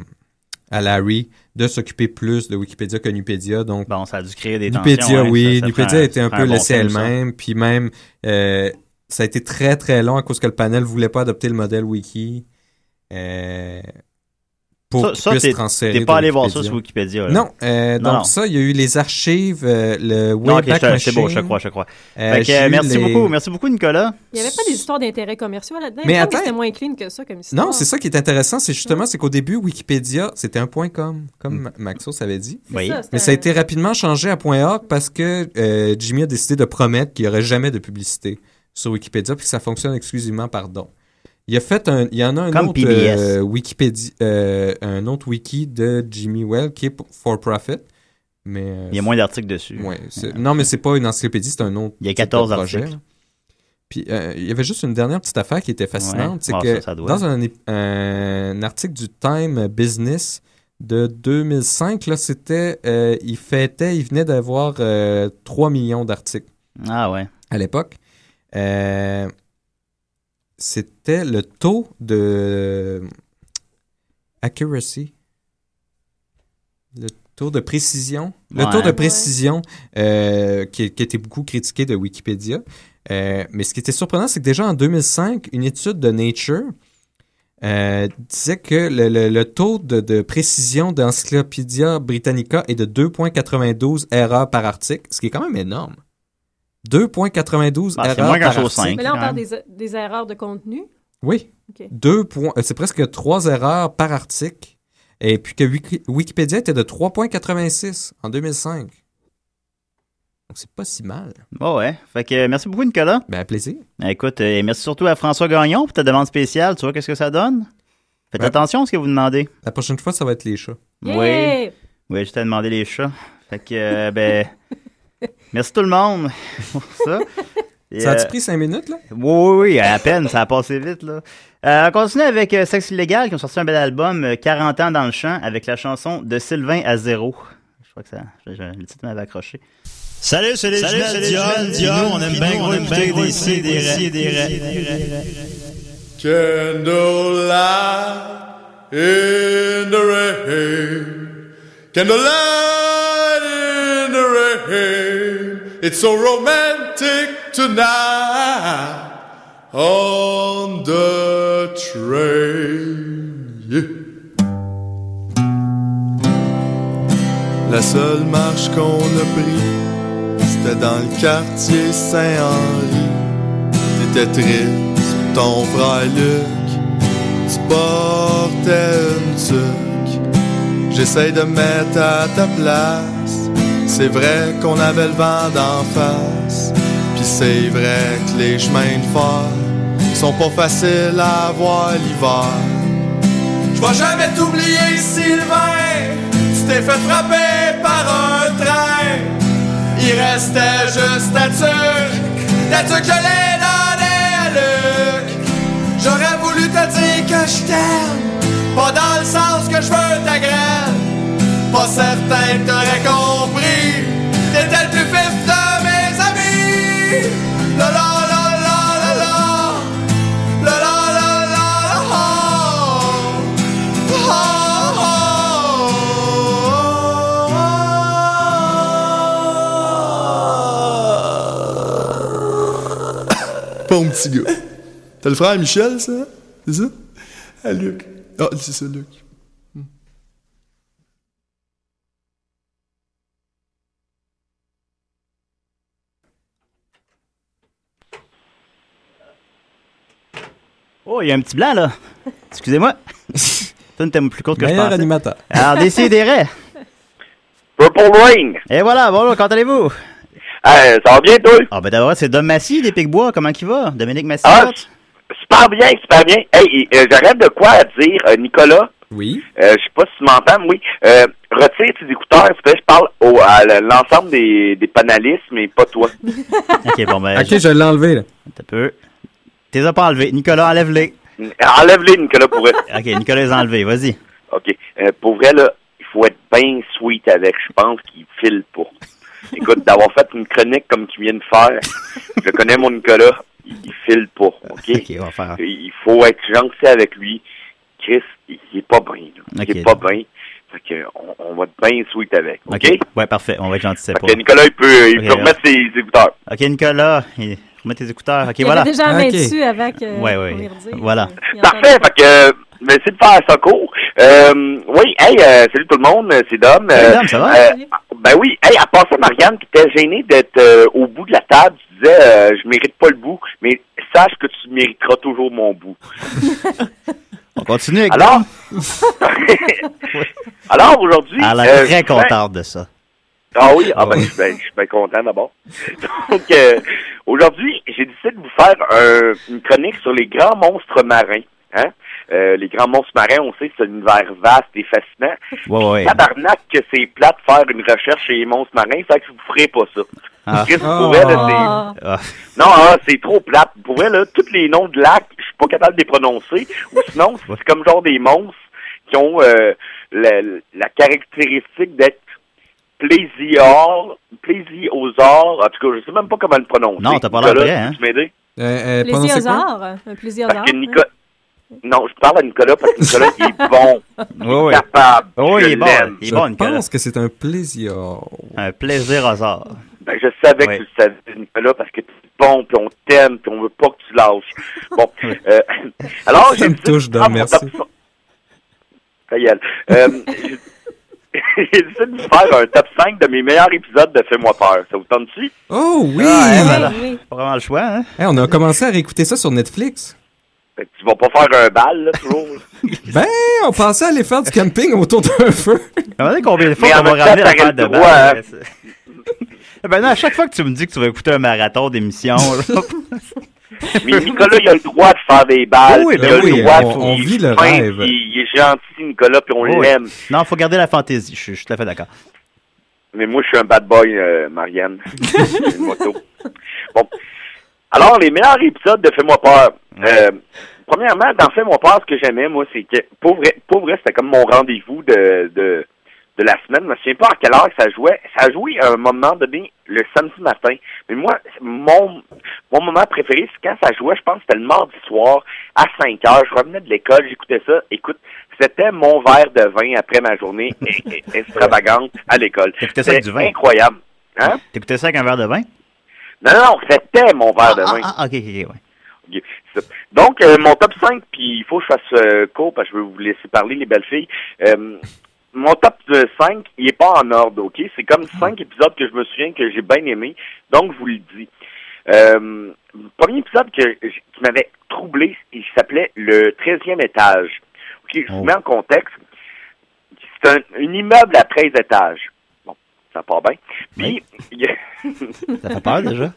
[SPEAKER 6] à Larry, de s'occuper plus de Wikipédia que Nupedia. Donc,
[SPEAKER 4] Bon, ça a dû créer des tensions.
[SPEAKER 6] Nupedia,
[SPEAKER 4] hein,
[SPEAKER 6] oui,
[SPEAKER 4] ça- ça
[SPEAKER 6] Nupedia
[SPEAKER 4] prend-
[SPEAKER 6] était
[SPEAKER 4] ça
[SPEAKER 6] un peu
[SPEAKER 4] prend bon
[SPEAKER 6] laissée
[SPEAKER 4] film, ça.
[SPEAKER 6] elle-même. Puis même, euh, ça a été très très long à cause que le panel voulait pas adopter le modèle Wiki. euh, pour
[SPEAKER 4] Ça-
[SPEAKER 6] qu'il
[SPEAKER 4] ça,
[SPEAKER 6] puisse
[SPEAKER 4] t'es-
[SPEAKER 6] transférer.
[SPEAKER 4] T'es pas
[SPEAKER 6] de
[SPEAKER 4] allé voir ça
[SPEAKER 6] Wikipédia.
[SPEAKER 4] sur Wikipédia. là.
[SPEAKER 6] Non,
[SPEAKER 4] Non,
[SPEAKER 6] euh, donc
[SPEAKER 4] non.
[SPEAKER 6] ça, il y a eu les archives, euh, le
[SPEAKER 4] Non, ok,
[SPEAKER 6] Wayback
[SPEAKER 4] je te-
[SPEAKER 6] Machine.
[SPEAKER 4] c'est beau, je te crois, je te crois.
[SPEAKER 6] Euh,
[SPEAKER 4] Fait que,
[SPEAKER 6] j'ai
[SPEAKER 4] euh,
[SPEAKER 6] eu
[SPEAKER 4] merci
[SPEAKER 6] les-
[SPEAKER 4] beaucoup, merci beaucoup, Nicolas.
[SPEAKER 8] Il n'y avait pas des histoires d'intérêt commerciaux là-dedans.
[SPEAKER 6] Mais
[SPEAKER 8] Il me semble
[SPEAKER 6] attends.
[SPEAKER 8] que C'était moins clean que ça, comme histoire.
[SPEAKER 6] Non, c'est ça qui est intéressant, c'est justement, c'est qu'au début, Wikipédia, c'était un point .com, comme
[SPEAKER 4] Mm.
[SPEAKER 6] Ma- Maxos avait dit.
[SPEAKER 8] C'est
[SPEAKER 4] Oui.
[SPEAKER 8] c'est
[SPEAKER 6] Mais ça a
[SPEAKER 8] un-
[SPEAKER 6] été rapidement changé à .org parce que euh, Jimmy a décidé de promettre qu'il n'y aurait jamais de publicité sur Wikipédia puis que ça fonctionne exclusivement par don. Il a fait un, il y en a un
[SPEAKER 4] Comme
[SPEAKER 6] autre
[SPEAKER 4] PBS.
[SPEAKER 6] euh, Wikipédia, euh, un autre wiki de Jimmy Well qui est pour- for profit, mais euh,
[SPEAKER 4] Il y a moins d'articles dessus.
[SPEAKER 6] Ouais, c'est- non, mais c'est pas une encyclopédie, c'est un autre.
[SPEAKER 4] Il y a
[SPEAKER 6] type de
[SPEAKER 4] 14
[SPEAKER 6] projet,
[SPEAKER 4] articles.
[SPEAKER 6] là. Puis euh, il y avait juste une dernière petite affaire qui était
[SPEAKER 4] Ouais.
[SPEAKER 6] fascinante, c'est
[SPEAKER 4] Bon,
[SPEAKER 6] que
[SPEAKER 4] ça, ça doit.
[SPEAKER 6] dans un, ép- un article du Time Business de 2005, là, c'était, euh, il fêtait, il venait d'avoir euh, 3 millions d'articles
[SPEAKER 4] Ah ouais.
[SPEAKER 6] à l'époque. Euh, c'était le taux de euh, accuracy, le taux de précision, le
[SPEAKER 4] Ouais.
[SPEAKER 6] taux de
[SPEAKER 4] Ouais.
[SPEAKER 6] précision euh, qui, qui a été beaucoup critiqué de Wikipédia. Euh, mais ce qui était surprenant, c'est que déjà en 2005, une étude de Nature euh, disait que le, le- le taux de, de précision d'Encyclopédia Britannica est de 2,92 erreurs par article, ce qui est quand même énorme. 2,92
[SPEAKER 4] Ah, c'est
[SPEAKER 6] erreurs
[SPEAKER 4] moins qu'un
[SPEAKER 6] par
[SPEAKER 4] show
[SPEAKER 6] article.
[SPEAKER 4] cinq. hein.
[SPEAKER 8] Mais là, on
[SPEAKER 4] quand
[SPEAKER 8] parle des, des erreurs de contenu.
[SPEAKER 6] Oui.
[SPEAKER 8] Ok.
[SPEAKER 6] Deux points. euh, C'est presque trois erreurs par article. Et puis que Wiki- Wikipédia était de 3,86 en 2005. Donc c'est pas si mal.
[SPEAKER 4] Bon, ouais. Fait que euh, merci beaucoup, Nicolas.
[SPEAKER 6] Ben, à plaisir.
[SPEAKER 4] Ben, Écoute, euh, et merci surtout à François Gagnon pour ta demande spéciale. Tu vois qu'est-ce que ça donne? Faites
[SPEAKER 6] Ouais.
[SPEAKER 4] attention à ce que vous demandez.
[SPEAKER 6] La prochaine fois, ça va être les chats.
[SPEAKER 4] Oui.
[SPEAKER 8] Yeah!
[SPEAKER 4] Oui, je t'ai demandé les chats. Fait que, euh, ben, merci tout le monde pour ça. Et,
[SPEAKER 6] Ça
[SPEAKER 4] euh,
[SPEAKER 6] a-tu pris cinq minutes, là?
[SPEAKER 4] Oui, oui, oui, à peine, ça a passé vite, là. Euh, on continue avec euh, Sexe illégal, qui ont sorti un bel album, euh, 40 ans dans le champ, avec la chanson de Sylvain à zéro. Je crois que ça, je- je- le titre m'avait accroché.
[SPEAKER 9] Salut, c'est les jumelles Dion. Puis nous, on aime bien gros écouter des si et des raies.
[SPEAKER 10] Candlelight in the rain. Candlelight in the rain. It's so romantic tonight on the train. Yeah. La seule marche qu'on a pris, c'était dans le quartier Saint-Henri. T'étais triste, ton frère Luc, tu portais une tuque. J'essaye de mettre à ta place. C'est vrai qu'on avait le vent d'en face, puis c'est vrai que les chemins de fer sont pas faciles à voir l'hiver.
[SPEAKER 11] Je vais jamais t'oublier, Sylvain. Tu t'es fait frapper par un train. Il restait juste ta tuque. Ta tuque, je l'ai donnée à Luc. J'aurais voulu te dire que je t'aime. Pas dans le sens que je veux ta graine. Pas certain que t'aurais compris. T'étais le plus vif de mes amis. La la la la la la. La la la la la. Oh. Oh, oh, oh.
[SPEAKER 10] Bon petit gars. T'as le frère à Michel, ça? C'est ça? À Luc. Ah, c'est ça, Luc.
[SPEAKER 4] Oh, il y a un petit blanc, là. Excusez-moi. C'est une thème plus courte que je
[SPEAKER 6] Meilleur
[SPEAKER 4] pensais.
[SPEAKER 6] animateur.
[SPEAKER 4] Alors, décidérez.
[SPEAKER 12] Purple Rain.
[SPEAKER 4] Et voilà, bonjour, comment allez-vous?
[SPEAKER 12] Euh, ça va bien, toi?
[SPEAKER 4] Ah, ben d'abord, c'est Dom Massy, des Picbois, comment qu'il va? Dominique Massy.
[SPEAKER 12] Ah, super bien, super bien. Hey, euh, j'aurais de quoi à dire, euh, Nicolas.
[SPEAKER 6] Oui.
[SPEAKER 12] Euh, je sais pas si tu m'entends, mais oui. Euh, retire tes écouteurs, s'il te plaît, je parle au, à l'ensemble des, des panélistes, mais pas toi.
[SPEAKER 4] ok, bon, ben.
[SPEAKER 6] Ok, je l'ai enlevé, là.
[SPEAKER 4] T'as peu. T'es pas enlevé. Nicolas, enlève-les.
[SPEAKER 12] Enlève-les, Nicolas, pour vrai.
[SPEAKER 4] ok, Nicolas les a enlevés, vas-y.
[SPEAKER 12] OK. Euh, pour vrai, là, il faut être bien sweet avec. Je pense qu'il file pour. Écoute, d'avoir fait une chronique comme tu viens de faire, je connais mon Nicolas, il file pas, OK? Il faut être gentil avec lui. Chris, il il est pas bien, là. Il
[SPEAKER 4] OK.
[SPEAKER 12] est pas bien. Fait que on, on va être bien sweet avec, OK?
[SPEAKER 4] Ouais, parfait, on va être gentil, c'est
[SPEAKER 12] Fait que Nicolas, il peut, il
[SPEAKER 4] Ok,
[SPEAKER 12] peut remettre ses écouteurs.
[SPEAKER 4] Ok, Nicolas, il- remets tes écouteurs. Ok,
[SPEAKER 12] Il y
[SPEAKER 4] voilà.
[SPEAKER 12] avait déjà un
[SPEAKER 4] Ok.
[SPEAKER 12] main dessus
[SPEAKER 8] avant que-
[SPEAKER 4] Ouais,
[SPEAKER 8] qu'on y
[SPEAKER 4] ouais.
[SPEAKER 8] redise.
[SPEAKER 4] Voilà.
[SPEAKER 12] Parfait, fait que, euh, je vais essayer de faire ça court. Euh, oui, hey, euh, salut tout le monde, euh, c'est Dom.
[SPEAKER 4] Salut,
[SPEAKER 12] Euh,
[SPEAKER 4] Dom, ça va?
[SPEAKER 12] euh, ben oui, hey, à part ça, Marianne, qui était gênée d'être euh, au bout de la table, tu disais, euh, je mérite pas le bout, mais sache que tu mériteras toujours mon bout.
[SPEAKER 4] On continue avec
[SPEAKER 12] Alors, alors aujourd'hui,
[SPEAKER 4] Elle est
[SPEAKER 12] euh,
[SPEAKER 4] très
[SPEAKER 12] je vais-
[SPEAKER 4] contente de ça.
[SPEAKER 12] Ah oui, ah ben,
[SPEAKER 4] Ouais.
[SPEAKER 12] je suis bien- je suis bien content d'abord. Donc, euh, aujourd'hui, j'ai décidé de vous faire un- une chronique sur les grands monstres marins. Hein? Euh, les grands monstres marins, on sait que c'est un univers vaste et fascinant.
[SPEAKER 4] Ouais, ouais, ouais.
[SPEAKER 12] Tabarnak que c'est plat de faire une recherche chez les monstres marins, fait que vous ferez pas ça.
[SPEAKER 4] Ah.
[SPEAKER 12] Chris, vous
[SPEAKER 4] Ah.
[SPEAKER 12] pourrez, là, c'est-
[SPEAKER 4] Ah.
[SPEAKER 12] non, ah, c'est trop plate. Pour vrai, là, tous les noms de lacs, je suis pas capable de les prononcer. Ou sinon, c'est comme genre des monstres qui ont euh, la, la caractéristique d'être plésiosaures, plésiosaures. En tout cas, je sais même pas comment le prononcer.
[SPEAKER 4] Non, t'as pas l'air
[SPEAKER 12] Nicolas,
[SPEAKER 4] prêt, hein?
[SPEAKER 12] Tu m'aider?
[SPEAKER 6] Euh, euh, pendant c'est quoi?
[SPEAKER 8] Plésiosaure. Un plésiosaure.
[SPEAKER 12] Parce que Nicolas... Non, je parle à Nicolas parce que Nicolas, il est bon.
[SPEAKER 4] hein?
[SPEAKER 12] Il est capable.
[SPEAKER 4] Oh,
[SPEAKER 12] Je l'aime.
[SPEAKER 6] Je pense que c'est un plaisir.
[SPEAKER 4] Un plaisir hasard.
[SPEAKER 12] Ben, je savais que tu le savais, Nicolas, parce que tu es bon, puis on t'aime, puis on veut pas que tu lâches. Bon, euh, alors...
[SPEAKER 6] Ça
[SPEAKER 12] j'ai
[SPEAKER 6] me
[SPEAKER 12] décidé
[SPEAKER 6] touche,
[SPEAKER 12] de
[SPEAKER 6] Dom,
[SPEAKER 12] prendre mon
[SPEAKER 6] merci.
[SPEAKER 12] top cin- Ta gueule. Euh, j'ai- J'ai décidé de vous faire un top 5 de mes meilleurs épisodes de Fais-moi peur. Ça vous tente-tu?
[SPEAKER 6] Oh oui!
[SPEAKER 4] Ah, hein, voilà. Pas vraiment le choix, hein?
[SPEAKER 6] Hey, on a commencé à réécouter ça sur Netflix.
[SPEAKER 12] Fait que Tu vas pas faire un bal, là, toujours.
[SPEAKER 6] Ben, on pensait aller faire du camping autour d'un feu.
[SPEAKER 4] Regardez combien de fois
[SPEAKER 12] Mais en
[SPEAKER 4] on va
[SPEAKER 12] même temps, hein?
[SPEAKER 4] ramener
[SPEAKER 12] t'aurais
[SPEAKER 4] l'affaire
[SPEAKER 12] le
[SPEAKER 4] de
[SPEAKER 12] droit,
[SPEAKER 4] balle. Ben non, à chaque fois que tu me dis que tu vas écouter un marathon d'émission, là,
[SPEAKER 12] Mais Nicolas, il a le droit de faire des balles.
[SPEAKER 4] Oui,
[SPEAKER 12] puis
[SPEAKER 4] ben
[SPEAKER 12] il a
[SPEAKER 4] oui,
[SPEAKER 12] Ah, le droit,
[SPEAKER 4] on-
[SPEAKER 12] puis
[SPEAKER 4] on
[SPEAKER 12] il est
[SPEAKER 4] vit le
[SPEAKER 12] fin, Ah,
[SPEAKER 4] rêve.
[SPEAKER 12] puis Il est gentil, Nicolas, puis on
[SPEAKER 4] Oh, oui.
[SPEAKER 12] l'aime.
[SPEAKER 4] Non, faut garder la fantaisie. Je suis je suis tout à fait d'accord.
[SPEAKER 12] Mais moi, je suis un bad boy, euh, Marianne. J'ai une moto. Bon. Alors, les meilleurs épisodes de Fais-moi peur. Euh, premièrement, dans Fais-moi peur, ce que j'aimais, moi, c'est que, pour vrai, pour vrai, c'était comme mon rendez-vous de, de, de la semaine. Je me souviens pas à quelle heure que ça jouait. Ça jouait à un moment donné, le samedi matin. Mais moi, mon, mon moment préféré, c'est quand ça jouait, je pense que c'était le mardi soir, à 5 heures. Je revenais de l'école, j'écoutais ça. Écoute, c'était mon verre de vin après ma journée e- e- extravagante à l'école.
[SPEAKER 4] T'écoutais ça avec du vin?
[SPEAKER 12] incroyable. Hein?
[SPEAKER 4] T'écoutais ça avec un verre de vin?
[SPEAKER 12] Non, non, non, c'était mon verre de vin.
[SPEAKER 4] Ah, ok, ok, ok, ouais.
[SPEAKER 12] Ok, c'est ça. Donc, euh, mon top 5, puis il faut que je fasse euh, court parce que je veux vous laisser parler, les belles filles. Euh, mon top euh, 5, il est pas en ordre, OK? C'est comme cinq épisodes que je me souviens que j'ai bien aimé, donc je vous le dis. Euh, premier épisode que, j- qui m'avait troublé, il s'appelait Le 13e étage. OK, je vous mets en contexte. C'est un, un immeuble à 13 étages. Bon, ça part bien. Puis, il y a-
[SPEAKER 4] Ça fait peur déjà.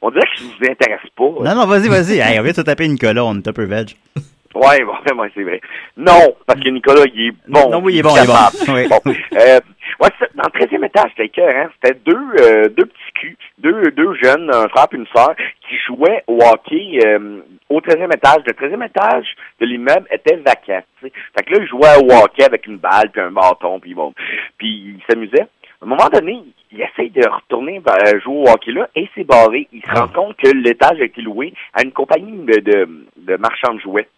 [SPEAKER 12] On dirait que je vous intéresse pas.
[SPEAKER 4] Non, non, vas-y, vas-y. Hey, on vient de se taper Nicolas, on est un peu veg.
[SPEAKER 12] Ouais, bon, ouais, c'est vrai. Non, parce que Nicolas, il est bon.
[SPEAKER 4] Non, oui, il est bon, il est bon. Oui.
[SPEAKER 12] Bon, euh, ouais, c'est- dans le 13e étage, c'était cœur, hein. C'était deux, euh, deux petits culs, deux, deux jeunes, un frère et une sœur, qui jouaient au hockey euh, au 13e étage. Le 13e étage de l'immeuble était vacant. tu sais. Fait que là, ils jouaient au hockey avec une balle, puis un bâton, puis bon. Puis ils s'amusaient. À un moment donné, il essaye de retourner vers- jouer au hockey là et s'est barré. Il se rend compte que l'étage a été euh, loué à une compagnie de, de, de marchands de jouets.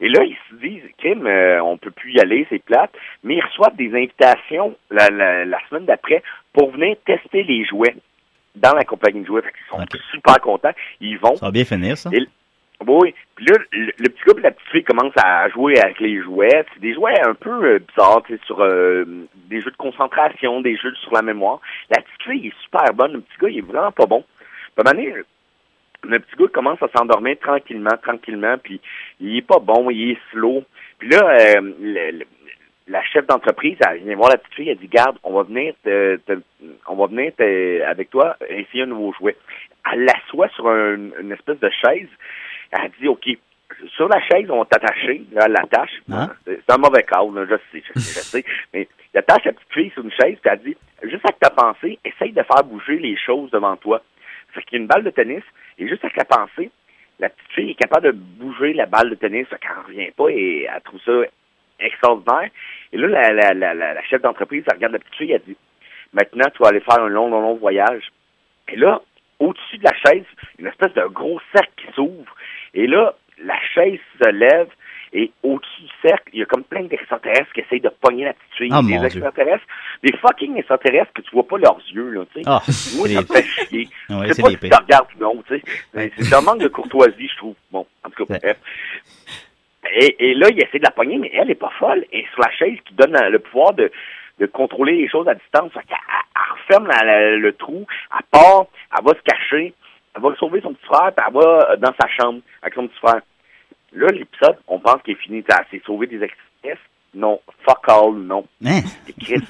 [SPEAKER 12] Et là, ils se disent, Kim, euh, on peut plus y aller, c'est plate, mais ils reçoivent des invitations la, la- la semaine d'après pour venir tester les jouets dans la compagnie de jouets. Fait qu'ils sont super contents. Ils vont.
[SPEAKER 4] Ça va bien finir, ça.
[SPEAKER 12] Et l- oui. Puis là, le, le petit couple et la petite fille commencent à jouer avec les jouets. C'est des jouets un peu euh, bizarres, tu sais, sur euh, des jeux de concentration, des jeux sur la mémoire. La petite fille est super bonne. Le petit gars, il est vraiment pas bon. Puis, à un moment donné, le petit gars commence à s'endormir tranquillement, tranquillement, puis il est pas bon, il est slow. Puis là, euh, le- le- la chef d'entreprise, elle vient voir la petite fille, elle dit, garde, on va venir, te- te- on va venir te- avec toi essayer un nouveau jouet. Elle l'assoit sur un- une espèce de chaise. Elle dit, OK, sur la chaise, on va t'attacher. Là, elle l'attache.
[SPEAKER 4] Hein?
[SPEAKER 12] C'est c'est un mauvais cadre, là, je sais, je sais, je sais. Mais il attache la petite fille sur une chaise, puis elle dit, juste avec ta pensée, essaye de faire bouger les choses devant toi. Fait qu'il y a une balle de tennis, et juste avec la pensée, la petite fille est capable de bouger la balle de tennis, fait qu'elle en revient pas, et elle trouve ça extraordinaire. Et là, la, la, la, la, la chef d'entreprise, elle regarde la petite fille, elle dit, maintenant, tu vas aller faire un long, long, long voyage. Et là, au-dessus de la chaise, une espèce de gros cercle qui s'ouvre. Et là, la chaise se lève et au-dessus du cercle, il y a comme plein d'extraterrestres qui essayent de pogner la petite fille.
[SPEAKER 4] Ah, mon
[SPEAKER 12] des
[SPEAKER 4] Dieu.
[SPEAKER 12] extraterrestres, des fucking extraterrestres que tu vois pas leurs yeux, là, tu sais.
[SPEAKER 4] Ah,
[SPEAKER 12] Moi,
[SPEAKER 4] c'est
[SPEAKER 12] ça me
[SPEAKER 4] des-
[SPEAKER 12] fait chier.
[SPEAKER 4] Ouais,
[SPEAKER 12] je
[SPEAKER 4] c'est
[SPEAKER 12] sais pas
[SPEAKER 4] des
[SPEAKER 12] si tu
[SPEAKER 4] pires.
[SPEAKER 12] regardes ou non, tu sais. Mais C'est un manque de courtoisie, je trouve. Bon, en tout cas, bref. Et, et là, il essaie de la pogner, mais elle est pas folle. Et sur la chaise qui donne le pouvoir de, de contrôler les choses à distance, fait qu'elle- elle, elle referme la- la- le trou, elle part, elle va se cacher, elle va sauver son petit frère, puis elle va euh, dans sa chambre avec son petit frère. Là, l'épisode, on pense qu'il est fini. Elle s'est sauvée des extraterrestres. Non, fuck all, non.
[SPEAKER 4] hein?
[SPEAKER 12] Et Chris,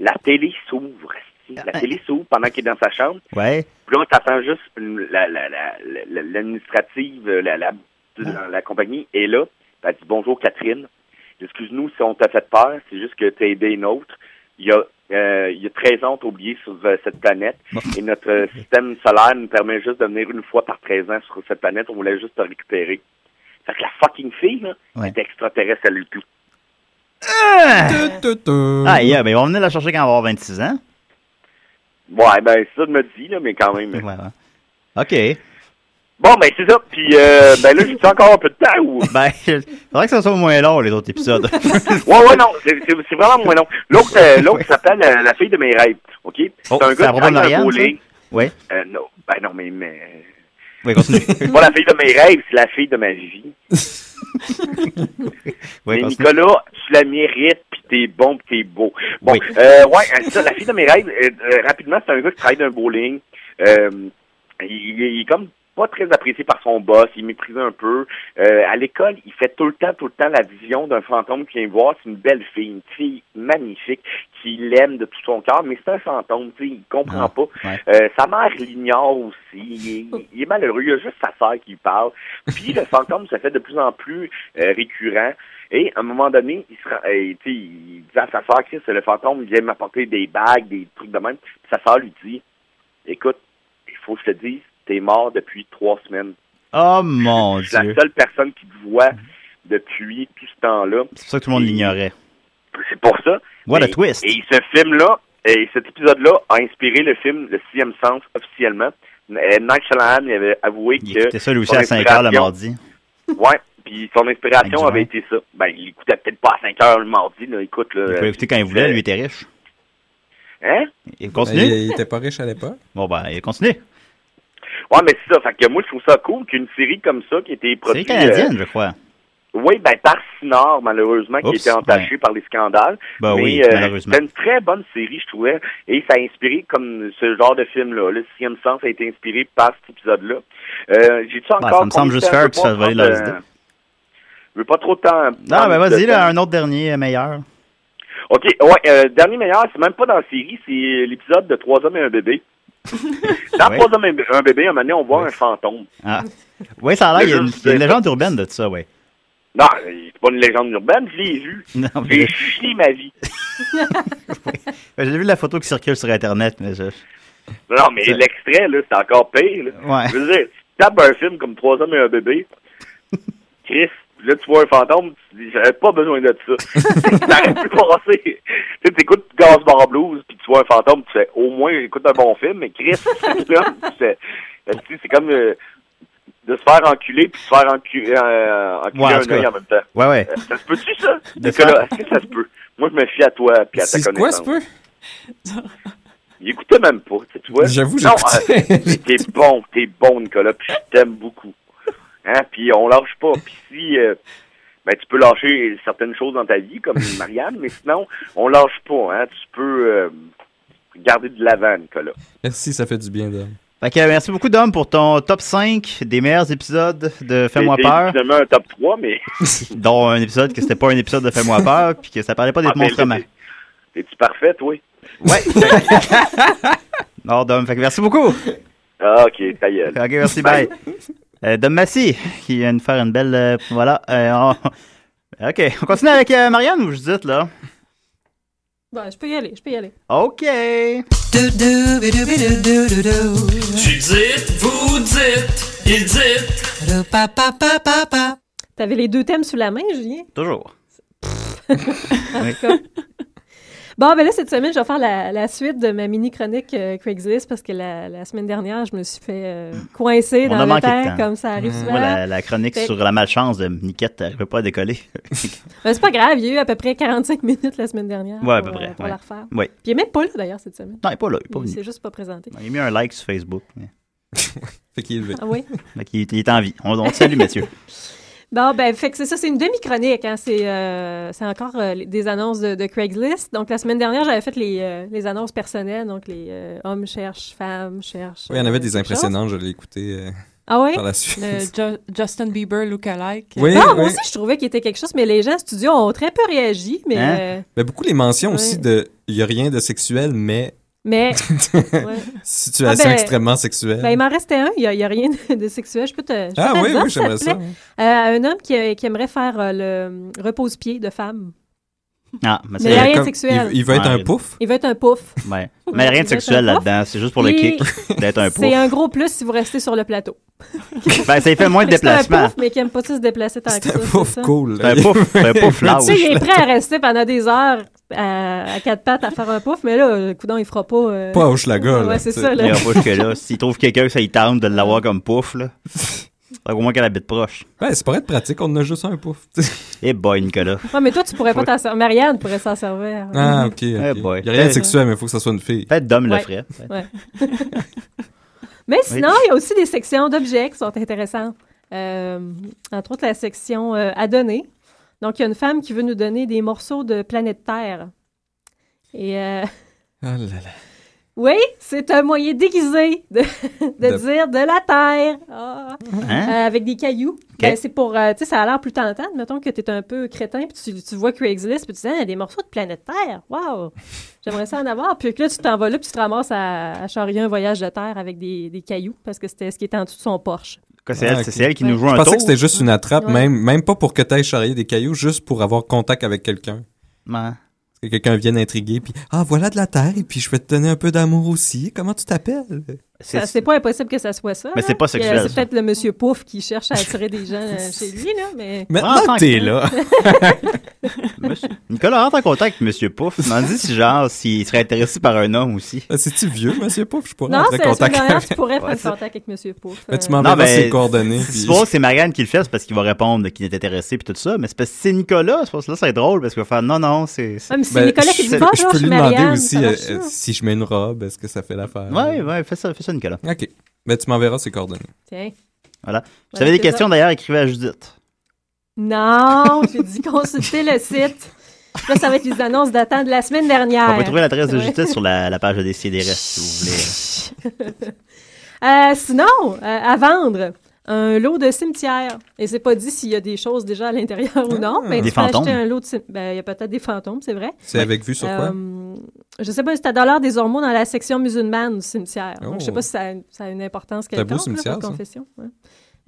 [SPEAKER 12] la télé s'ouvre. esti. La télé s'ouvre pendant qu'il est dans sa chambre.
[SPEAKER 4] Ouais.
[SPEAKER 12] Puis là, t'attends juste une- la- la- la- la- l'administrative, la, la, la, la compagnie est là. Puis Elle dit bonjour Catherine. Excuse-nous si on t'a fait peur, c'est juste que t'as aidé une autre. Il y a, euh, il y a 13 ans t'as oublié sur euh, cette planète et notre euh, système solaire nous permet juste de venir une fois par 13 ans sur cette planète. On voulait juste te récupérer. Fait que la fucking fille, là,
[SPEAKER 4] Ouais.
[SPEAKER 12] est extraterrestre, elle est tout.
[SPEAKER 4] Ah, yeah, ben, ils vont venir la chercher quand elle va avoir 26 ans.
[SPEAKER 12] Ouais, ben ça je me dis, là, mais quand même.
[SPEAKER 4] OK.
[SPEAKER 12] Bon, ben c'est ça. Puis, euh, ben là, j'ai encore un peu de temps ou.
[SPEAKER 4] Ben, faudrait que ça soit moins long, les autres épisodes.
[SPEAKER 12] Ouais, ouais, non, c'est c'est- c'est vraiment moins long. L'autre euh, l'autre s'appelle euh, La fille de mes rêves. OK?
[SPEAKER 4] Oh,
[SPEAKER 12] c'est un
[SPEAKER 4] c'est
[SPEAKER 12] gars
[SPEAKER 4] à
[SPEAKER 12] qui travaille
[SPEAKER 4] propos de
[SPEAKER 12] dans un
[SPEAKER 4] Marianne,
[SPEAKER 12] bowling.
[SPEAKER 4] Oui.
[SPEAKER 12] Euh, non, ben non, mais. mais...
[SPEAKER 4] Oui, continue.
[SPEAKER 12] C'est pas la fille de mes rêves, c'est la fille de ma vie.
[SPEAKER 4] Oui,
[SPEAKER 12] mais
[SPEAKER 4] continue.
[SPEAKER 12] Nicolas, tu la mérites, puis t'es bon, puis t'es beau. Bon,
[SPEAKER 4] Oui.
[SPEAKER 12] euh, ouais, euh, ça, la fille de mes rêves, euh, euh, rapidement, c'est un gars qui travaille dans un bowling. Euh, il, il est comme pas très apprécié par son boss, il est méprisé un peu. Euh, à l'école, il fait tout le temps, tout le temps la vision d'un fantôme qui vient voir. C'est une belle fille, une fille magnifique, qui l'aime de tout son cœur, mais c'est un fantôme, tu sais, il comprend pas. Euh, sa mère l'ignore aussi. Il est, il est malheureux. Il y a juste sa sœur qui lui parle. Puis le fantôme se fait de plus en plus euh, récurrent. Et à un moment donné, il, se rend- euh, tu sais, il dit à sa sœur, Chris, le fantôme vient m'apporter des bagues, des trucs de même. Puis sa sœur lui dit, écoute, il faut que je te dise, t'es mort depuis trois semaines.
[SPEAKER 4] Oh, mon
[SPEAKER 12] Je suis la
[SPEAKER 4] Dieu.
[SPEAKER 12] seule personne qui te voit depuis tout ce temps-là.
[SPEAKER 4] C'est pour ça que tout le monde l'ignorait.
[SPEAKER 12] C'est pour ça.
[SPEAKER 4] What a
[SPEAKER 12] Et-
[SPEAKER 4] twist.
[SPEAKER 12] Et ce film-là, et cet épisode-là a inspiré le film Le Sixième Sens officiellement. Euh, Night Shyamalan il avait avoué que.
[SPEAKER 4] C'était ça, lui aussi,
[SPEAKER 12] son
[SPEAKER 4] à 5 heures le
[SPEAKER 12] inspiration-
[SPEAKER 4] mardi.
[SPEAKER 12] Ouais. Puis son inspiration
[SPEAKER 4] Avec
[SPEAKER 12] avait été ça. Ben, il écoutait peut-être pas à 5 heures le mardi, là. Écoute, là.
[SPEAKER 4] Il pouvait écouter quand il voulait, lui, il était riche.
[SPEAKER 12] Hein?
[SPEAKER 4] Il continue.
[SPEAKER 6] Ben, il- il était pas riche à l'époque.
[SPEAKER 4] Bon, ben, il continue.
[SPEAKER 12] Ouais, mais c'est ça. Fait que moi, je trouve ça cool qu'une série comme ça qui était
[SPEAKER 4] C'est
[SPEAKER 12] produite.
[SPEAKER 4] canadienne,
[SPEAKER 12] euh,
[SPEAKER 4] je crois.
[SPEAKER 12] Oui, ben par Sinard, malheureusement, qui
[SPEAKER 4] Oups,
[SPEAKER 12] était entachée par les scandales.
[SPEAKER 4] Ben
[SPEAKER 12] mais
[SPEAKER 4] oui,
[SPEAKER 12] euh,
[SPEAKER 4] malheureusement.
[SPEAKER 12] c'était une très bonne série, je trouvais, et ça a inspiré comme ce genre de film-là. Le sixième sens a été inspiré par cet épisode-là. Euh, J'ai-tu encore...
[SPEAKER 4] Ben, ça me semble juste fair, puis ça va voler leurs idées.
[SPEAKER 12] Je veux pas trop de temps. hein,
[SPEAKER 4] Non, ben,
[SPEAKER 12] prendre de
[SPEAKER 4] vas-y, là,
[SPEAKER 12] temps.
[SPEAKER 4] un autre dernier euh, meilleur.
[SPEAKER 12] OK, ouais, euh, dernier meilleur, c'est même pas dans la série, c'est l'épisode de Trois hommes et un bébé. Dans Pose un bébé- un bébé, un moment donné, on voit un fantôme.
[SPEAKER 4] Ah. Oui, ça a l'air, il y a une,
[SPEAKER 12] Je
[SPEAKER 4] il y a une
[SPEAKER 12] sais.
[SPEAKER 4] légende urbaine de ça, oui.
[SPEAKER 12] Non, c'est pas une légende urbaine, je l'ai vu.
[SPEAKER 4] Non,
[SPEAKER 12] J'ai
[SPEAKER 4] mais-
[SPEAKER 12] chié ma vie.
[SPEAKER 4] Ben, J'ai vu la photo qui circule sur Internet, mais je...
[SPEAKER 12] Non, mais l'extrait, là, c'est encore pire. là.
[SPEAKER 4] Ouais.
[SPEAKER 12] Je veux dire, tu tapes un film comme Trois hommes et un bébé, Chris, là, tu vois un fantôme, tu dis, j'avais pas besoin de ça. T'aurais pu passer. Tu sais, t'écoutes Gas Bar Blues, puis tu vois un fantôme, tu fais, au moins, j'écoute un bon film, mais Chris, là, tu fais, tu sais, c'est comme euh, de se faire enculer, puis se faire encu- euh, enculer
[SPEAKER 4] Ouais, en tout
[SPEAKER 12] un
[SPEAKER 4] cas.
[SPEAKER 12] œil en même temps.
[SPEAKER 4] Ouais, ouais.
[SPEAKER 12] Euh, Ça se peut-tu, ça?
[SPEAKER 4] De
[SPEAKER 12] Nicolas,
[SPEAKER 4] faire-
[SPEAKER 12] est-ce que ça se peut? Moi, je me fie à toi, puis à ta
[SPEAKER 6] C'est
[SPEAKER 12] connaissance.
[SPEAKER 6] quoi, ça peut?
[SPEAKER 12] Il écoutait même pas, tu sais, tu vois.
[SPEAKER 6] J'avoue,
[SPEAKER 12] Non,
[SPEAKER 6] j'écoutais.
[SPEAKER 12] euh, t'es bon, t'es bon, Nicolas, puis je t'aime beaucoup. Hein, puis on lâche pas. Puis si, euh, ben, tu peux lâcher certaines choses dans ta vie, comme Marianne, mais sinon, on lâche pas, hein. Tu peux euh, garder de l'avant, Nicolas.
[SPEAKER 6] Merci, ça fait du bien, Dom.
[SPEAKER 4] Fait que, euh, merci beaucoup, Dom, pour ton top 5 des meilleurs épisodes de Fais-moi
[SPEAKER 12] C'est- c'est
[SPEAKER 4] peur,
[SPEAKER 12] finalement un top 3, mais
[SPEAKER 4] dont un épisode que c'était pas un épisode de Fais-moi peur, puis que ça parlait pas des
[SPEAKER 12] Ah, mais là,
[SPEAKER 4] monstres mains.
[SPEAKER 12] t'es-tu parfait, toi?
[SPEAKER 4] Non, Dom, fait que merci beaucoup.
[SPEAKER 12] Ah, ok, ta gueule.
[SPEAKER 4] Ok, merci, bye. Euh, Dom Massy, qui vient de faire une belle... euh, voilà. euh, on- Ok, on continue avec euh, Marianne ou Judith, là?
[SPEAKER 8] Bon, Ben, je peux y aller, je peux y aller.
[SPEAKER 4] OK.
[SPEAKER 13] Judith, vous dites, il dit.
[SPEAKER 8] T'avais les deux thèmes sous la main, Julien?
[SPEAKER 4] Toujours.
[SPEAKER 8] En tout cas. Bon, ben là, cette semaine, je vais faire la, la suite de ma mini-chronique euh, Craigslist parce que la, la semaine dernière, je me suis fait euh, coincer
[SPEAKER 4] Mm. On
[SPEAKER 8] dans
[SPEAKER 4] a
[SPEAKER 8] le
[SPEAKER 4] manqué de
[SPEAKER 8] temps,
[SPEAKER 4] temps. Mm,
[SPEAKER 8] comme ça arrive souvent.
[SPEAKER 4] Moi, la, la chronique
[SPEAKER 8] Fait-
[SPEAKER 4] sur la malchance de Niquette n'arrivait pas à décoller.
[SPEAKER 8] Ben, c'est pas grave, il y a eu à peu près 45 minutes la semaine dernière.
[SPEAKER 4] Ouais, à
[SPEAKER 8] pour,
[SPEAKER 4] peu près,
[SPEAKER 8] euh, pour
[SPEAKER 4] ouais.
[SPEAKER 8] la refaire.
[SPEAKER 4] Ouais.
[SPEAKER 8] Puis il est même pas là, d'ailleurs, cette semaine.
[SPEAKER 4] Non, il est pas là, il est pas venu.
[SPEAKER 8] s'est juste pas présenté.
[SPEAKER 4] Il a mis un like sur Facebook. mais-
[SPEAKER 6] fait qu'il est levé.
[SPEAKER 8] Ah oui?
[SPEAKER 4] il, est- il est en vie. On, on te salue, Mathieu.
[SPEAKER 8] Bon, ben, fait que c'est ça, c'est une demi-chronique. Hein. C'est euh, c'est encore euh, les- des annonces de, de Craigslist. Donc, la semaine dernière, j'avais fait les, euh, les annonces personnelles. Donc, les euh, hommes cherchent, femmes cherchent.
[SPEAKER 6] Oui, il y en avait
[SPEAKER 8] euh, quelque
[SPEAKER 6] des
[SPEAKER 8] chose.
[SPEAKER 6] impressionnants, je l'ai écouté euh,
[SPEAKER 8] Ah oui?
[SPEAKER 6] par la suite.
[SPEAKER 8] Le
[SPEAKER 7] Jo- Justin Bieber lookalike.
[SPEAKER 6] Oui,
[SPEAKER 8] ah,
[SPEAKER 6] oui.
[SPEAKER 8] moi aussi, je trouvais qu'il était quelque chose, mais les gens en studio ont très peu réagi. Mais,
[SPEAKER 6] Hein?
[SPEAKER 8] euh,
[SPEAKER 6] Ben, beaucoup les mentions aussi
[SPEAKER 8] Ouais.
[SPEAKER 6] de il n'y a rien de sexuel, mais.
[SPEAKER 8] mais Ouais.
[SPEAKER 6] Situation
[SPEAKER 8] Ah, ben,
[SPEAKER 6] extrêmement sexuelle.
[SPEAKER 8] Ben, il m'en restait un, il n'y a, il y a rien de, de sexuel. Je peux te. je peux
[SPEAKER 6] Ah
[SPEAKER 8] te
[SPEAKER 6] oui,
[SPEAKER 8] le dire,
[SPEAKER 6] oui,
[SPEAKER 8] si
[SPEAKER 6] j'aimerais
[SPEAKER 8] te
[SPEAKER 6] ça,
[SPEAKER 8] plaît. Euh, un homme qui, qui aimerait faire euh, le euh, repose-pied de femme.
[SPEAKER 4] Ah, mais
[SPEAKER 8] Mais il n'y a rien de sexuel.
[SPEAKER 6] il- il veut être un pouf?
[SPEAKER 8] Il veut être un pouf.
[SPEAKER 4] Ouais. Ben, Mais rien
[SPEAKER 8] Il
[SPEAKER 4] de
[SPEAKER 8] veut être
[SPEAKER 4] sexuel
[SPEAKER 8] un pouf.
[SPEAKER 4] là-dedans. C'est juste pour le
[SPEAKER 8] Puis,
[SPEAKER 4] kick d'être un pouf.
[SPEAKER 8] C'est un gros plus si vous restez sur le plateau.
[SPEAKER 4] Ben, ça lui fait moins de
[SPEAKER 8] Fait que c'est un
[SPEAKER 4] déplacement.
[SPEAKER 8] pouf, mais qui n'aime pas ça se déplacer tant que ça. C'est ça.
[SPEAKER 4] C'est un pouf, c'est un pouf
[SPEAKER 8] Tu sais, il
[SPEAKER 4] lâche.
[SPEAKER 8] est prêt à rester pendant des heures à, à quatre pattes à faire un pouf, mais là, coudon, il fera pas. euh,
[SPEAKER 4] Pas hoche la
[SPEAKER 8] gueule, Ouais, là, c'est tu sais. ça, là.
[SPEAKER 4] Il y a pas jusque là. S'il trouve quelqu'un, ça il tente de l'avoir comme pouf, là. Fait Au moins qu'elle habite proche.
[SPEAKER 6] Ben, c'est pour être pratique, on en a juste un pouf.
[SPEAKER 4] Eh boy, Nicolas.
[SPEAKER 8] Ouais, mais toi, tu pourrais pas t'en servir. Marianne pourrait s'en servir.
[SPEAKER 6] Ah, ok. ok.
[SPEAKER 4] Eh
[SPEAKER 6] Il
[SPEAKER 4] boy.
[SPEAKER 6] n'y a rien de
[SPEAKER 4] Euh,
[SPEAKER 6] sexuel, mais il faut que ça soit une fille.
[SPEAKER 4] Peut-être Dom
[SPEAKER 8] Ouais. Ouais. Mais sinon, il y a aussi des sections d'objets qui sont intéressantes. Euh, entre autres, la section euh, à donner. Donc, il y a une femme qui veut nous donner des morceaux de planète Terre. Et euh,
[SPEAKER 6] Ah là là.
[SPEAKER 8] oui, c'est un moyen déguisé de, de
[SPEAKER 6] De-
[SPEAKER 8] dire de la Terre. Ah.
[SPEAKER 6] Hein?
[SPEAKER 8] Euh, avec des cailloux.
[SPEAKER 6] Ok.
[SPEAKER 8] Ben, c'est pour, euh, tu sais, ça a l'air plus tentant. Mettons que tu es un peu crétin, puis tu, tu vois Craigslist, puis tu dis, Ah, des morceaux de planète Terre. Waouh! J'aimerais ça en avoir. Puis que là, tu t'en vas là, puis tu te ramasses à, à charrier un voyage de terre avec des, des cailloux, parce que c'était ce qui était en dessous de son Porsche.
[SPEAKER 4] Quoi, c'est elle,
[SPEAKER 6] Ah, ok.
[SPEAKER 4] c'est elle qui nous joue
[SPEAKER 6] Je
[SPEAKER 4] un
[SPEAKER 6] pensais
[SPEAKER 4] tour.
[SPEAKER 6] que c'était juste une attrape,
[SPEAKER 8] Ouais.
[SPEAKER 6] même, même pas pour que tu ailles charrier des cailloux, juste pour avoir contact avec quelqu'un.
[SPEAKER 4] Ouais.
[SPEAKER 6] Que quelqu'un vienne intriguer, puis Ah, voilà de la terre, et puis je vais te donner un peu d'amour aussi. Comment tu t'appelles
[SPEAKER 8] Ça, C'est pas impossible que ça soit ça.
[SPEAKER 6] Mais
[SPEAKER 8] là.
[SPEAKER 6] c'est pas
[SPEAKER 8] Puis, euh,
[SPEAKER 6] sexuel,
[SPEAKER 8] C'est
[SPEAKER 6] ça.
[SPEAKER 8] peut-être le monsieur Pouf qui cherche à attirer des gens euh, chez lui, là, mais...
[SPEAKER 4] Maintenant que t'es là. Monsieur- Nicolas rentre en contact avec Monsieur Pouf. M'en dis si genre s'il serait intéressé par un homme aussi.
[SPEAKER 6] Ah, C'est-tu vieux, Monsieur Pouf? Je pourrais
[SPEAKER 8] non, c'est la semaine dernière, tu
[SPEAKER 4] avec-
[SPEAKER 8] pourrais prendre
[SPEAKER 4] Ouais, c'est-
[SPEAKER 8] contact avec monsieur Pouf.
[SPEAKER 6] Mais tu
[SPEAKER 8] euh,
[SPEAKER 6] m'en-
[SPEAKER 4] Non,
[SPEAKER 6] verras
[SPEAKER 4] mais
[SPEAKER 6] ses coordonnées,
[SPEAKER 4] Je
[SPEAKER 6] puis-
[SPEAKER 4] suppose que c'est Marianne qui le fait, c'est parce qu'il va répondre qu'il est intéressé puis tout ça. Mais c'est parce que c'est Nicolas, je pense que là, c'est drôle parce qu'il va faire non, non, c'est.
[SPEAKER 8] Ah, mais c'est Ben, Nicolas qui dit, Bonjour,
[SPEAKER 6] Je peux
[SPEAKER 8] je suis
[SPEAKER 6] lui demander
[SPEAKER 8] Marianne,
[SPEAKER 6] aussi
[SPEAKER 8] ça
[SPEAKER 6] euh,
[SPEAKER 8] marche
[SPEAKER 6] euh,
[SPEAKER 8] ça?
[SPEAKER 6] si je mets une robe, est-ce que ça fait l'affaire?
[SPEAKER 4] Ouais, ouais, fais ça, fais ça, Nicolas.
[SPEAKER 6] OK. Mais tu m'enverras ses coordonnées.
[SPEAKER 8] Tiens.
[SPEAKER 4] Voilà. Si vous
[SPEAKER 8] Voilà,
[SPEAKER 4] avez des
[SPEAKER 8] c'est
[SPEAKER 4] questions
[SPEAKER 8] ça.
[SPEAKER 4] d'ailleurs, écrivez à Judith.
[SPEAKER 8] Non, j'ai dit consulter le site. Là, ça va être les annonces d'attente de la semaine dernière.
[SPEAKER 4] On peut trouver l'adresse de
[SPEAKER 8] Ah, Ouais.
[SPEAKER 4] Judith sur la, la page de Décideret si vous voulez.
[SPEAKER 8] Euh, sinon, euh, à vendre. un lot de cimetière. Et c'est pas dit s'il y a des choses déjà à l'intérieur ou non, mais
[SPEAKER 6] Ah. Des
[SPEAKER 8] tu peux
[SPEAKER 6] fantômes.
[SPEAKER 8] acheter un lot de cim- ben, il y a peut-être des fantômes, c'est vrai.
[SPEAKER 6] C'est avec vue sur quoi?
[SPEAKER 8] Euh, Je sais pas, c'est à dollar des hormones dans la section musulmane du cimetière. Donc, je sais
[SPEAKER 6] Oh.
[SPEAKER 8] pas si ça a, une- ça a une importance
[SPEAKER 6] C'est un
[SPEAKER 8] quelconque,
[SPEAKER 6] beau
[SPEAKER 8] là,
[SPEAKER 6] cimetière,
[SPEAKER 8] votre
[SPEAKER 6] ça.
[SPEAKER 8] confession. ouais.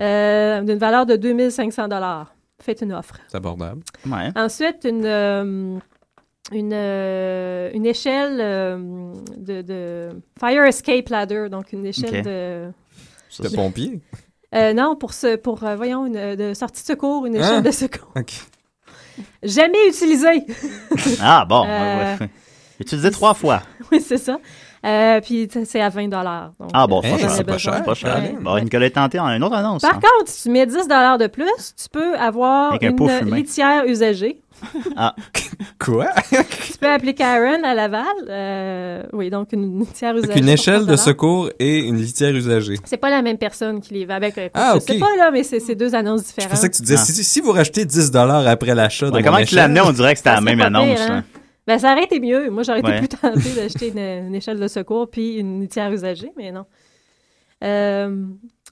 [SPEAKER 8] Euh, D'une valeur de 2500 dollars. Faites une offre.
[SPEAKER 6] C'est abordable.
[SPEAKER 4] Ouais.
[SPEAKER 8] Ensuite, une, euh, une, euh, une échelle euh, de, de fire escape ladder, donc une échelle
[SPEAKER 6] Ok.
[SPEAKER 8] de...
[SPEAKER 6] C'était pompier.
[SPEAKER 8] Euh, non, pour, ce, pour euh, voyons, une euh, de sortie de secours, une échelle
[SPEAKER 6] Hein?
[SPEAKER 8] de secours.
[SPEAKER 6] OK.
[SPEAKER 8] Jamais utilisée!
[SPEAKER 4] Ah, bon. ouais,
[SPEAKER 8] Euh,
[SPEAKER 4] ouais. Utilisé trois fois.
[SPEAKER 8] Oui, c'est ça. Euh, puis t- c'est à 20 dollars. euh,
[SPEAKER 4] Ah, bon, c'est pas cher,
[SPEAKER 8] c'est
[SPEAKER 4] c'est pas cher. c'est pas cher.
[SPEAKER 8] Ouais.
[SPEAKER 4] Bon, Nicolas est tenté en une autre annonce.
[SPEAKER 8] Par
[SPEAKER 4] hein.
[SPEAKER 8] contre, si tu mets 10 dollars de plus, tu peux avoir
[SPEAKER 4] Avec un pot
[SPEAKER 8] une
[SPEAKER 4] fumé.
[SPEAKER 8] litière usagée.
[SPEAKER 4] Ah.
[SPEAKER 6] Quoi?
[SPEAKER 8] tu peux appeler Karen à Laval. Euh, oui, donc une litière usagée.
[SPEAKER 6] Avec une
[SPEAKER 8] pour
[SPEAKER 6] échelle
[SPEAKER 8] 30
[SPEAKER 6] de secours et une litière usagée.
[SPEAKER 8] C'est pas la même personne qui les vend. avec. écoute,
[SPEAKER 6] Ah,
[SPEAKER 8] Je
[SPEAKER 6] ok.
[SPEAKER 8] sais pas, là, mais c'est c'est deux annonces différentes.
[SPEAKER 6] C'est pour ça que tu disais, si, si vous rachetez 10 après l'achat
[SPEAKER 4] Ah. Ouais,
[SPEAKER 6] de
[SPEAKER 4] comment
[SPEAKER 6] mon
[SPEAKER 4] tu l'amenais? On dirait que c'était la même
[SPEAKER 8] Pas pire,
[SPEAKER 4] annonce.
[SPEAKER 8] hein?
[SPEAKER 4] hein.
[SPEAKER 8] Ben, ça aurait été mieux. Moi, j'aurais
[SPEAKER 4] Ouais.
[SPEAKER 8] été plus tentée d'acheter une, une échelle de secours puis une litière usagée, mais non. Euh,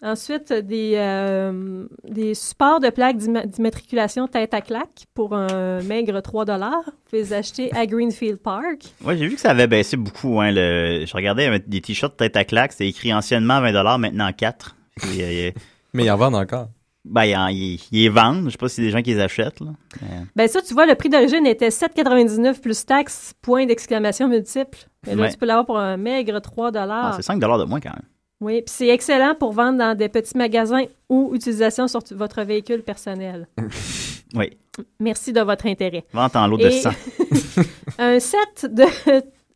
[SPEAKER 8] ensuite, des, euh, des supports de plaques d'imma- d'immatriculation tête à claque pour un maigre 3 Vous pouvez les acheter à Greenfield Park.
[SPEAKER 4] hein. Ouais, j'ai vu que ça avait baissé beaucoup. Hein, le... Je regardais euh, des t-shirts tête à claque, c'était écrit anciennement 20 maintenant euh, 4.
[SPEAKER 6] Mais ils en vendent encore.
[SPEAKER 4] Ben, ils, en- ils- ils les vendent. Je sais pas si c'est des gens qui les achètent. Là. Mais-
[SPEAKER 8] Ben ça, tu vois, le prix d'origine était 7,99 plus taxes, point d'exclamation multiple. Mais là,
[SPEAKER 4] Ouais.
[SPEAKER 8] tu peux l'avoir pour un maigre 3
[SPEAKER 4] Ah, c'est 5 de moins quand même.
[SPEAKER 8] Oui, puis c'est excellent pour vendre dans des petits magasins ou utilisation sur t- votre véhicule personnel.
[SPEAKER 4] Oui.
[SPEAKER 8] Merci de votre intérêt.
[SPEAKER 4] Vente en lot de
[SPEAKER 8] Et
[SPEAKER 4] 100.
[SPEAKER 8] un set de,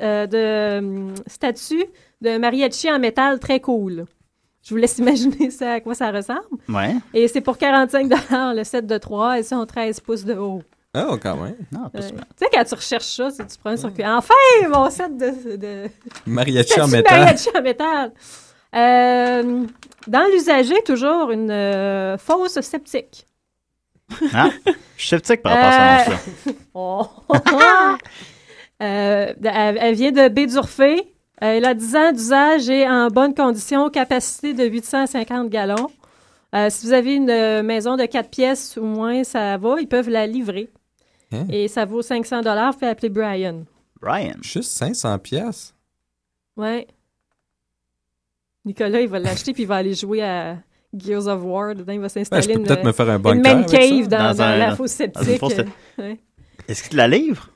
[SPEAKER 8] euh, de hum, statues de mariachi en métal très cool. Je vous laisse imaginer ça, à quoi ça ressemble.
[SPEAKER 4] Ouais.
[SPEAKER 8] Et c'est pour 45 le set de 3. Elles sont 13 pouces de haut.
[SPEAKER 4] oh,
[SPEAKER 6] Ah, quand même.
[SPEAKER 8] Euh, tu sais, quand tu recherches ça, si tu prends sur que Enfin, mon set de, de,
[SPEAKER 6] Mariachi en
[SPEAKER 8] Statue
[SPEAKER 6] métal.
[SPEAKER 8] mariachi en métal. Euh, dans l'usager, toujours une euh, fausse sceptique.
[SPEAKER 4] Hein? Je suis sceptique par rapport à ça.
[SPEAKER 8] Euh, Euh, elle, elle vient de Bédurfé. Euh, Elle a 10 ans d'usage et en bonne condition, capacité de 850 gallons. Euh, si vous avez une euh, maison de 4 pièces ou moins, ça va, ils peuvent la livrer.
[SPEAKER 6] Hein?
[SPEAKER 8] Et ça vaut 500 dollars. Vous pouvez appeler Brian.
[SPEAKER 4] Brian.
[SPEAKER 6] Juste 500 pièces.
[SPEAKER 8] Ouais. Nicolas, il va l'acheter puis il va aller jouer à Gears of War. Dedans,
[SPEAKER 4] Ben,
[SPEAKER 8] il va s'installer
[SPEAKER 6] Ouais, je peux
[SPEAKER 8] une-
[SPEAKER 6] peut-être me faire un
[SPEAKER 8] euh, une
[SPEAKER 6] bunker
[SPEAKER 8] man
[SPEAKER 6] avec ça.
[SPEAKER 8] cave dans,
[SPEAKER 4] Dans
[SPEAKER 8] dans
[SPEAKER 4] un-
[SPEAKER 8] la
[SPEAKER 4] dans-
[SPEAKER 8] fosse
[SPEAKER 4] dans une
[SPEAKER 8] sceptique.
[SPEAKER 4] fosse sceptique.
[SPEAKER 8] Ouais.
[SPEAKER 4] Est-ce que tu la livres?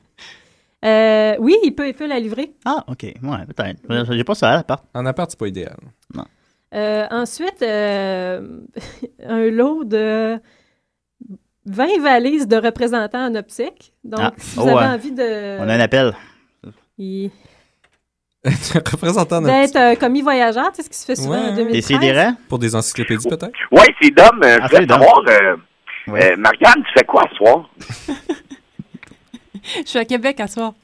[SPEAKER 8] Euh, oui, il peut, il peut la livrer.
[SPEAKER 4] Ah, OK. Ouais, peut-être. J'ai pas ça à l'appart.
[SPEAKER 6] En appart, c'est pas idéal.
[SPEAKER 4] Non.
[SPEAKER 8] Euh, ensuite, euh, un lot de 20 valises de représentants en optique. Donc,
[SPEAKER 4] Ah.
[SPEAKER 8] si vous
[SPEAKER 4] Oh,
[SPEAKER 8] avez
[SPEAKER 4] euh,
[SPEAKER 8] envie de...
[SPEAKER 4] On a un appel.
[SPEAKER 8] Il-
[SPEAKER 6] Représentant d'un
[SPEAKER 8] D'être euh, commis voyageur, tu sais ce qui se fait souvent en 2013.
[SPEAKER 6] Pour des encyclopédies, peut-être?
[SPEAKER 12] Oui, c'est Dom. Euh, je
[SPEAKER 6] Ah,
[SPEAKER 12] voulais
[SPEAKER 6] salut, Dom.
[SPEAKER 12] savoir, euh, euh, Marianne, tu fais quoi ce soir?
[SPEAKER 7] Je suis à Québec à soir.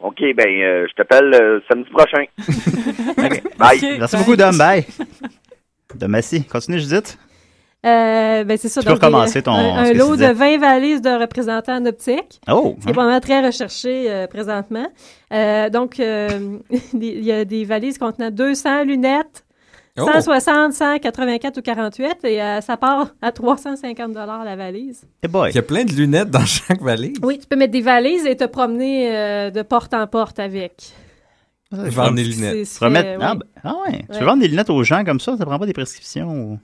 [SPEAKER 12] OK, ben, euh, je t'appelle euh, samedi prochain. Bye.
[SPEAKER 8] Euh,
[SPEAKER 4] Merci beaucoup, Dom. Bye. Dom, assis. Continue, Judith.
[SPEAKER 8] Euh, ben, c'est ça.
[SPEAKER 4] Tu peux
[SPEAKER 8] donc,
[SPEAKER 4] recommencer
[SPEAKER 8] il y a
[SPEAKER 4] ton-
[SPEAKER 8] Un,
[SPEAKER 4] ce
[SPEAKER 8] un
[SPEAKER 4] que tu
[SPEAKER 8] lot de
[SPEAKER 4] disais.
[SPEAKER 8] 20 valises de représentants en optique.
[SPEAKER 4] Oh,
[SPEAKER 8] Ce qui est
[SPEAKER 4] hein.
[SPEAKER 8] vraiment très recherché euh, présentement. Euh, donc, euh, des- il y a des valises contenant 200 lunettes,
[SPEAKER 4] Oh.
[SPEAKER 8] 160, 184 ou 48, et euh, ça part à 350 la valise.
[SPEAKER 4] Hey boy.
[SPEAKER 6] Il y a plein de lunettes dans chaque valise.
[SPEAKER 8] Oui, tu peux mettre des valises et te promener euh, de porte en porte avec.
[SPEAKER 6] Vendre des lunettes.
[SPEAKER 8] C'est-
[SPEAKER 4] Tu vas mettre-
[SPEAKER 8] ouais.
[SPEAKER 4] Ah, ben- ah ouais. Tu veux
[SPEAKER 8] Euh, Ouais.
[SPEAKER 4] vendre des lunettes aux gens comme ça? Ça prend pas des prescriptions? Ou...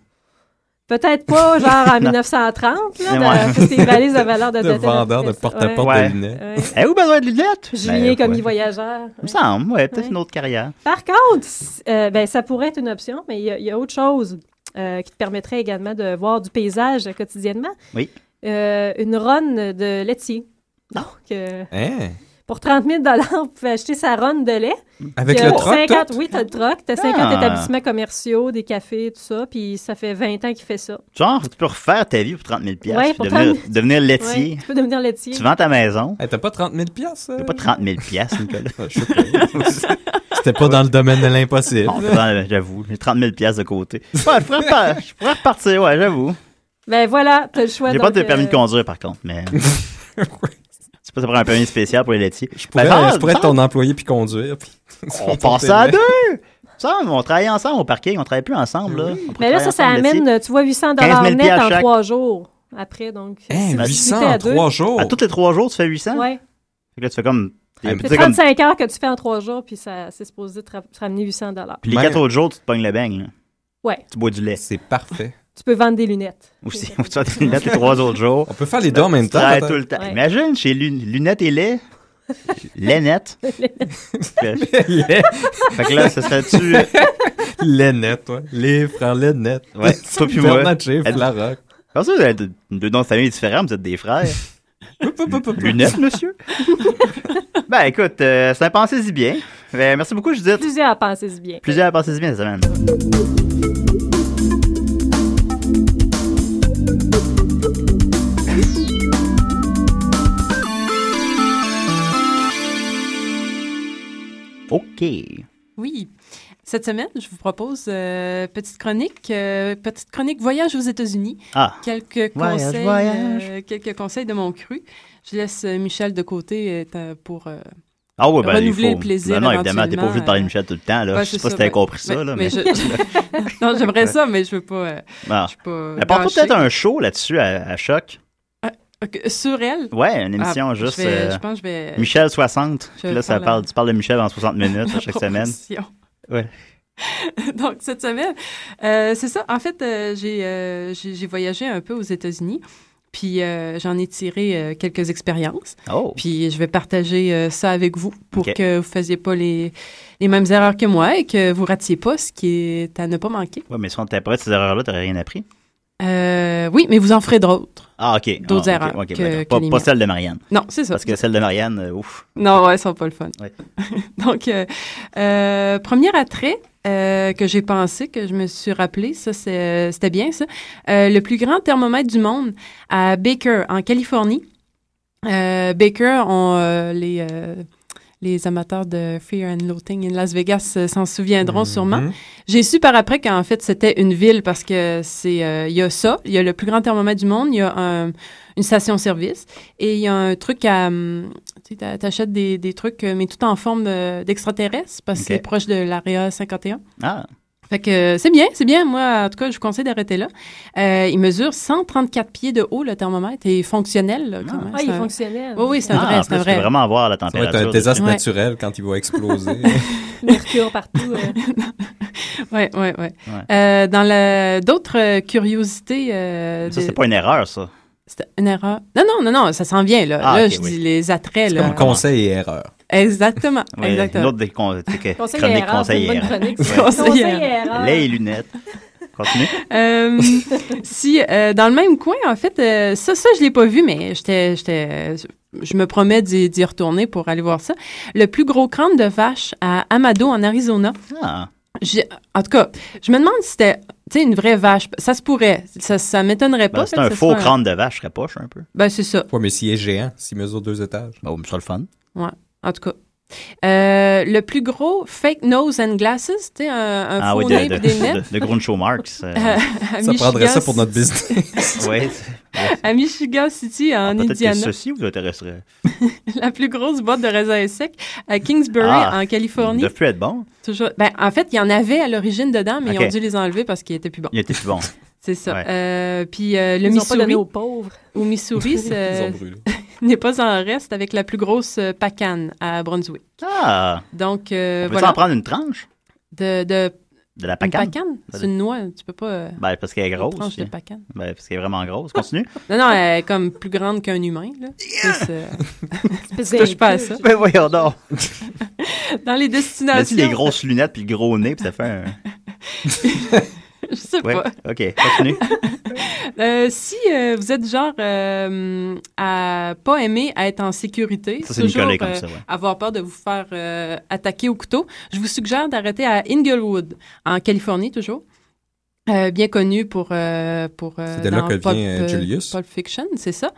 [SPEAKER 8] Peut-être pas, genre en
[SPEAKER 4] Non.
[SPEAKER 8] 1930, là,
[SPEAKER 4] Mais
[SPEAKER 8] de-
[SPEAKER 4] ouais.
[SPEAKER 8] parce que tes valises à valeur de...
[SPEAKER 6] De vendeur de porte-à-porte de
[SPEAKER 4] Ouais.
[SPEAKER 6] lunettes.
[SPEAKER 8] Ouais.
[SPEAKER 4] Avez-vous Eh, besoin de lunettes?
[SPEAKER 8] Julien
[SPEAKER 4] Ben,
[SPEAKER 8] comme
[SPEAKER 4] ouais.
[SPEAKER 8] y voyageur.
[SPEAKER 4] Il me semble, ouais, peut-être
[SPEAKER 8] Ouais.
[SPEAKER 4] une autre carrière.
[SPEAKER 8] Par contre, s- euh, ben, ça pourrait être une option, mais il y a- il y, a autre chose euh, qui te permettrait également de voir du paysage euh, quotidiennement.
[SPEAKER 4] Oui.
[SPEAKER 8] Euh, une ronde de laitier. Donc, euh,
[SPEAKER 6] Hein?
[SPEAKER 8] pour 30 000 vous pouvez acheter sa ronde de lait.
[SPEAKER 6] Avec
[SPEAKER 8] Puis,
[SPEAKER 6] le
[SPEAKER 8] euh,
[SPEAKER 6] troc,
[SPEAKER 8] 50, Oui, t'as le troc. T'as 50
[SPEAKER 4] Ah.
[SPEAKER 8] établissements commerciaux, des cafés, tout ça. Puis ça fait 20 ans qu'il fait ça.
[SPEAKER 4] Genre, tu peux refaire ta vie pour 30 000 piastres,
[SPEAKER 8] Ouais,
[SPEAKER 4] puis
[SPEAKER 8] pour
[SPEAKER 4] devenir,
[SPEAKER 8] 30 000.
[SPEAKER 4] devenir laitier.
[SPEAKER 8] Ouais, tu peux devenir laitier.
[SPEAKER 4] Tu vends ta maison.
[SPEAKER 6] T'as pas 30 000 piastres? euh? Ah,
[SPEAKER 4] T'as pas 30 000 piastres, Nicolas.
[SPEAKER 6] C'était pas dans le domaine de l'impossible.
[SPEAKER 4] Bon, c'est dans- j'avoue, j'ai 30 000 piastres de côté. Ouais, je, pourrais repart- je pourrais repartir, ouais, j'avoue.
[SPEAKER 8] Ben voilà, t'as le choix.
[SPEAKER 4] J'ai pas
[SPEAKER 8] donc,
[SPEAKER 4] de permis
[SPEAKER 8] euh,
[SPEAKER 4] de conduire, par contre, mais... C'est pas ça prend un permis spécial pour les laitiers. Je
[SPEAKER 6] pourrais, je pourrais être ton employé puis conduire. puis-
[SPEAKER 4] On pense à deux! Ensemble, on travaillait ensemble au parking, on travaillait plus ensemble. Là. On
[SPEAKER 8] Mais ben là, ça, ça
[SPEAKER 4] travaillait ensemble,
[SPEAKER 8] amène, tu vois, 800
[SPEAKER 4] 15 000
[SPEAKER 8] net en
[SPEAKER 4] chaque.
[SPEAKER 8] trois jours après. Donc,
[SPEAKER 6] Eh,
[SPEAKER 8] si
[SPEAKER 4] mais
[SPEAKER 8] vous
[SPEAKER 4] 800
[SPEAKER 8] splittez à
[SPEAKER 4] Eh, en
[SPEAKER 8] deux-
[SPEAKER 4] trois jours. À toutes les trois jours, tu fais 800?
[SPEAKER 8] Ouais.
[SPEAKER 4] Fait que là, tu fais comme. tu
[SPEAKER 8] C'est
[SPEAKER 4] sais, Ah, comme-
[SPEAKER 8] 35 heures que tu fais en trois jours, puis ça, c'est supposé te ra- te ramener 800
[SPEAKER 4] Puis les quatre autres jours, tu te pognes le beigne. là.
[SPEAKER 8] Ouais.
[SPEAKER 4] Tu bois du lait. C'est parfait.
[SPEAKER 8] Tu peux vendre des lunettes.
[SPEAKER 4] Aussi, tu vas des lunettes les trois autres jours. On peut faire les
[SPEAKER 6] deux en même temps, peut-être.
[SPEAKER 4] tout le temps.
[SPEAKER 8] Ouais.
[SPEAKER 4] Imagine, chez lun- lunettes et lait. lait net. lait. Fait que là, ce serait-tu. euh,
[SPEAKER 6] Les nets, ouais. Les frères les nets.
[SPEAKER 4] Ouais, toi puis moi.
[SPEAKER 6] Bernatchez,
[SPEAKER 4] Êtes-
[SPEAKER 6] Flaroc.
[SPEAKER 4] Comment ça, vous avez deux deux noms de famille différents, vous êtes des frères? Lunettes, monsieur? ben, écoute, euh, c'est un pensez-y bien. Ben, merci beaucoup, Judith.
[SPEAKER 8] Plusieurs pensez bien.
[SPEAKER 4] Plusieurs pensez-y bien cette semaine. OK.
[SPEAKER 7] Oui. Cette semaine, je vous propose euh, petite chronique, euh, petite chronique voyage aux États-Unis.
[SPEAKER 4] Ah.
[SPEAKER 7] Quelques
[SPEAKER 4] Voyage,
[SPEAKER 7] conseils,
[SPEAKER 4] voyage.
[SPEAKER 7] euh, quelques conseils de mon cru. Je laisse euh, Michel de côté euh, t'as- pour euh,
[SPEAKER 4] Ah ouais, ben,
[SPEAKER 7] renouveler
[SPEAKER 4] il faut...
[SPEAKER 7] le plaisir.
[SPEAKER 4] Non, non, évidemment, t'es
[SPEAKER 7] éventuellement,
[SPEAKER 4] pas obligé de parler de
[SPEAKER 7] euh,
[SPEAKER 4] Michel tout le temps. Là.
[SPEAKER 7] ouais,
[SPEAKER 4] je sais
[SPEAKER 7] c'est
[SPEAKER 4] pas si t'as
[SPEAKER 7] ouais.
[SPEAKER 4] compris ça.
[SPEAKER 7] Mais-
[SPEAKER 4] là,
[SPEAKER 7] mais je- non, j'aimerais ça, mais je veux pas. euh,
[SPEAKER 4] Ah.
[SPEAKER 7] je veux pas
[SPEAKER 4] Mais porte-toi
[SPEAKER 7] gâcher.
[SPEAKER 4] peut-être un show là-dessus à, à Choc.
[SPEAKER 7] Ok, Sur elle?
[SPEAKER 4] Ouais, une émission
[SPEAKER 7] Ah,
[SPEAKER 4] juste.
[SPEAKER 7] Je, vais-
[SPEAKER 4] euh,
[SPEAKER 7] je pense que je vais.
[SPEAKER 4] Michel 60.
[SPEAKER 7] je
[SPEAKER 4] Puis
[SPEAKER 7] vais
[SPEAKER 4] là, ça
[SPEAKER 7] faire la-
[SPEAKER 4] parle, tu parles de Michel en 60 minutes à
[SPEAKER 7] la
[SPEAKER 4] chaque semaine.
[SPEAKER 7] promotion.
[SPEAKER 4] Ouais.
[SPEAKER 7] Donc, cette semaine, euh, c'est ça. En fait, euh, j'ai euh, j'ai j'ai voyagé un peu aux États-Unis, puis euh, j'en ai tiré euh, quelques expériences.
[SPEAKER 4] Oh.
[SPEAKER 7] Puis je vais partager euh, ça avec vous pour
[SPEAKER 4] Ok.
[SPEAKER 7] que vous ne fassiez pas les, les mêmes erreurs que moi et que vous ratiez pas ce qui est à ne pas manquer.
[SPEAKER 4] Ouais, mais si on t'apprête après ces erreurs-là, t'aurais rien appris.
[SPEAKER 7] Euh, oui, mais vous en ferez d'autres.
[SPEAKER 4] Ah, OK.
[SPEAKER 7] D'autres
[SPEAKER 4] Ah, ok,
[SPEAKER 7] erreurs
[SPEAKER 4] ok,
[SPEAKER 7] que-
[SPEAKER 4] d'accord.
[SPEAKER 7] que
[SPEAKER 4] pas,
[SPEAKER 7] les
[SPEAKER 4] pas
[SPEAKER 7] miennes.
[SPEAKER 4] celle de Marianne.
[SPEAKER 7] Non, c'est ça.
[SPEAKER 4] Parce que celle de Marianne, euh, ouf.
[SPEAKER 7] Non, ouais, ça sont pas le fun.
[SPEAKER 4] Ouais.
[SPEAKER 7] Donc, euh, euh, premier attrait euh, que j'ai pensé, que je me suis rappelé, ça, c'est- c'était bien, ça. Euh, le plus grand thermomètre du monde à Baker, en Californie. Euh, Baker, on, euh, les, euh, les amateurs de Fear and Loathing in Las Vegas euh, s'en souviendront sûrement. J'ai su par après qu'en fait, c'était une ville parce que c'est euh, il y a ça, il y a le plus grand thermomètre du monde, il y a un- une station-service et il y a un truc à... hum, Tu sais, t'a- t'achètes des, des trucs, euh, mais tout en forme de- d'extraterrestre parce que
[SPEAKER 4] Ok.
[SPEAKER 7] c'est proche de l'Area 51.
[SPEAKER 4] Ah.
[SPEAKER 7] Fait que euh, c'est bien, c'est bien. Moi, en tout cas, je vous conseille d'arrêter là. Euh, il mesure 134 pieds de haut, le thermomètre, et fonctionnel. là, quand même.
[SPEAKER 8] Ah,
[SPEAKER 7] C'est
[SPEAKER 8] il est
[SPEAKER 7] un-
[SPEAKER 8] fonctionnel.
[SPEAKER 7] Oui, oui, c'est un
[SPEAKER 4] Ah,
[SPEAKER 7] vrai,
[SPEAKER 4] en
[SPEAKER 7] c'est un
[SPEAKER 4] plus, tu peux
[SPEAKER 7] vrai.
[SPEAKER 4] vraiment voir la
[SPEAKER 6] Ça va être
[SPEAKER 4] température.
[SPEAKER 6] un désastre
[SPEAKER 7] Ouais.
[SPEAKER 6] naturel quand il va exploser.
[SPEAKER 8] Mercure partout. euh.
[SPEAKER 7] Ouais, ouais, ouais. Euh, dans le- d'autres euh, curiosités. euh,
[SPEAKER 4] Ça,
[SPEAKER 7] de-
[SPEAKER 4] c'est pas une erreur, ça.
[SPEAKER 7] c'était une erreur. Non, non, non, non, ça s'en vient, là.
[SPEAKER 4] Ah,
[SPEAKER 7] là,
[SPEAKER 4] ok,
[SPEAKER 7] je
[SPEAKER 4] oui.
[SPEAKER 7] dis les attraits, là.
[SPEAKER 4] comme conseil et erreur.
[SPEAKER 7] Exactement, exactement.
[SPEAKER 4] Une autre des con... chroniques
[SPEAKER 7] Conseil et
[SPEAKER 4] conseillères.
[SPEAKER 7] erreur, c'est une bonne chronique, ça.
[SPEAKER 4] Ouais.
[SPEAKER 7] Conseil et erreur.
[SPEAKER 4] Lait et lunettes. Continue.
[SPEAKER 7] Euh, si euh, dans le même coin, en fait, euh, ça, ça, je l'ai pas vu, mais j'étais, j'étais, euh, je me promets d'y d'y retourner pour aller voir ça. Le plus gros crâne de vache à Amado en Arizona.
[SPEAKER 4] Ah.
[SPEAKER 7] J'ai- en tout cas, je me demande si c'était, tu sais, une vraie vache. Ça se pourrait, ça, ça m'étonnerait pas.
[SPEAKER 4] Ben,
[SPEAKER 7] fait
[SPEAKER 4] c'est
[SPEAKER 7] que
[SPEAKER 4] un
[SPEAKER 7] ce
[SPEAKER 4] faux
[SPEAKER 7] soit
[SPEAKER 4] crâne de vache, serait poche un peu.
[SPEAKER 7] Ben, c'est ça.
[SPEAKER 6] Ouais, mais s'il est géant, s'il mesure deux étages.
[SPEAKER 4] Bon, ça le fun.
[SPEAKER 7] Ouais, en tout cas. Euh, le plus gros fake nose and glasses, tu sais, un, un
[SPEAKER 4] ah
[SPEAKER 7] faux
[SPEAKER 4] oui,
[SPEAKER 7] nez
[SPEAKER 4] de, de,
[SPEAKER 7] puis des lunettes. Ah.
[SPEAKER 4] de, de Groucho Marx. euh,
[SPEAKER 7] À- à Ça prendrait Michigan, ça pour notre business.
[SPEAKER 4] oui.
[SPEAKER 7] à Michigan City, en
[SPEAKER 4] Ah, Peut-être que
[SPEAKER 7] Indiana.
[SPEAKER 4] ceci vous intéresserait.
[SPEAKER 7] la plus grosse boîte de raisins secs à Kingsbury,
[SPEAKER 4] Ah,
[SPEAKER 7] en Californie.
[SPEAKER 4] Il ne plus être bon.
[SPEAKER 7] Toujours- ben, en fait, il y en avait à l'origine dedans, mais
[SPEAKER 4] Ok.
[SPEAKER 7] ils ont dû les enlever parce qu'ils étaient plus bons.
[SPEAKER 4] Il était plus bon.
[SPEAKER 7] C'est ça.
[SPEAKER 4] Ouais.
[SPEAKER 7] Euh, puis euh, le
[SPEAKER 8] Ils ont
[SPEAKER 7] Missouri.
[SPEAKER 8] pas donné aux pauvres.
[SPEAKER 7] Au Missouri,
[SPEAKER 8] Ils
[SPEAKER 7] c'est-
[SPEAKER 8] ont brûlé.
[SPEAKER 7] n'est pas en reste avec la plus grosse euh, pacane à Brunswick.
[SPEAKER 4] Ah!
[SPEAKER 7] Donc, euh,
[SPEAKER 4] On peut
[SPEAKER 7] voilà.
[SPEAKER 4] en prendre une tranche
[SPEAKER 7] De, de,
[SPEAKER 4] de la
[SPEAKER 7] une
[SPEAKER 4] pacane?
[SPEAKER 7] pacane?
[SPEAKER 4] Ça
[SPEAKER 7] C'est une noix. Tu peux pas. euh,
[SPEAKER 4] Ben, parce qu'elle est grosse.
[SPEAKER 7] tranche de
[SPEAKER 4] puis-
[SPEAKER 7] pacane.
[SPEAKER 4] Ben, parce qu'elle est vraiment grosse. Continue.
[SPEAKER 7] Non, non, elle est comme plus grande qu'un humain. Là. Plus, euh,
[SPEAKER 8] Espèce
[SPEAKER 7] tu touches pas à ça.
[SPEAKER 8] d'inculte.
[SPEAKER 4] ben voyons donc.
[SPEAKER 7] Dans les
[SPEAKER 4] As-tu
[SPEAKER 7] destinations.
[SPEAKER 4] des grosses lunettes puis le gros nez puis ça fait un...
[SPEAKER 7] Je sais
[SPEAKER 4] Ouais.
[SPEAKER 7] pas.
[SPEAKER 4] OK, continue.
[SPEAKER 7] Euh, si euh, vous êtes du genre euh, à pas aimer à être en sécurité,
[SPEAKER 4] Ça, c'est
[SPEAKER 7] toujours
[SPEAKER 4] Nicolas comme
[SPEAKER 7] euh,
[SPEAKER 4] ça, ouais.
[SPEAKER 7] avoir peur de vous faire euh, attaquer au couteau, je vous suggère d'arrêter à Inglewood, en Californie toujours. Euh, bien connu pour euh, pour euh,
[SPEAKER 6] C'est de là
[SPEAKER 7] dans
[SPEAKER 6] que
[SPEAKER 7] Pulp,
[SPEAKER 6] vient, euh,
[SPEAKER 7] euh,
[SPEAKER 6] Julius.
[SPEAKER 7] Pulp Fiction, c'est ça.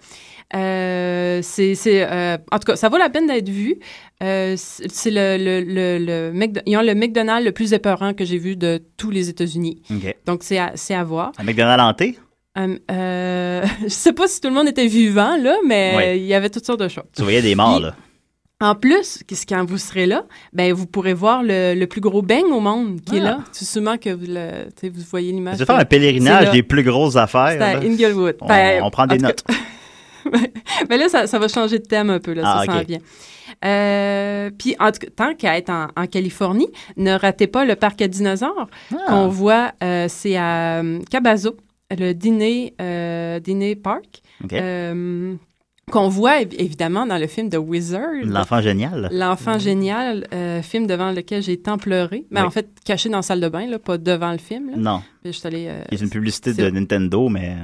[SPEAKER 7] Euh, c'est c'est euh, en tout cas ça vaut la peine d'être vu. Euh, c'est c'est le le le, le McDo- ils ont le McDonald's le plus épeurant que j'ai vu de tous les États-Unis.
[SPEAKER 4] OK.
[SPEAKER 7] Donc c'est à, c'est à voir.
[SPEAKER 4] Un McDonald's hanté?
[SPEAKER 7] Euh, euh, je sais pas si tout le monde était vivant, là, mais
[SPEAKER 4] Ouais.
[SPEAKER 7] il y avait toutes sortes de choses.
[SPEAKER 4] Tu voyais des morts, là.
[SPEAKER 7] En plus, qu'est-ce- quand vous serez là, ben vous pourrez voir le, le plus gros beigne au monde qui est
[SPEAKER 4] Ah.
[SPEAKER 7] là. C'est sûrement que vous, le- tu sais, vous voyez l'image.
[SPEAKER 4] Je vais faire
[SPEAKER 7] que-
[SPEAKER 4] un
[SPEAKER 7] c'est
[SPEAKER 4] pèlerinage
[SPEAKER 7] là.
[SPEAKER 4] des plus grosses affaires.
[SPEAKER 7] C'est à
[SPEAKER 4] là.
[SPEAKER 7] Inglewood.
[SPEAKER 4] On,
[SPEAKER 7] Ben,
[SPEAKER 4] on prend
[SPEAKER 7] en
[SPEAKER 4] des
[SPEAKER 7] tout cas-
[SPEAKER 4] notes.
[SPEAKER 7] Mais là, ça, ça va changer de thème un peu, là,
[SPEAKER 4] Ah,
[SPEAKER 7] ça s'en
[SPEAKER 4] ok.
[SPEAKER 7] vient. Euh, puis, en tout cas, tant qu'à être en, en Californie, ne ratez pas le parc à dinosaures
[SPEAKER 4] Ah.
[SPEAKER 7] qu'on voit, euh, c'est à euh, Cabazo, le dîner, euh, dîner park.
[SPEAKER 4] Ok.
[SPEAKER 7] euh, qu'on voit évi- évidemment dans le film de Wizard.
[SPEAKER 4] L'enfant génial.
[SPEAKER 7] L'enfant génial, euh, film devant lequel j'ai tant pleuré. Mais
[SPEAKER 4] Oui.
[SPEAKER 7] en fait, caché dans la salle de bain, là, pas devant le film. là.
[SPEAKER 4] Non.
[SPEAKER 7] Mais je suis allée, euh,
[SPEAKER 4] Il y a une publicité
[SPEAKER 7] c'est-
[SPEAKER 4] de Nintendo, mais.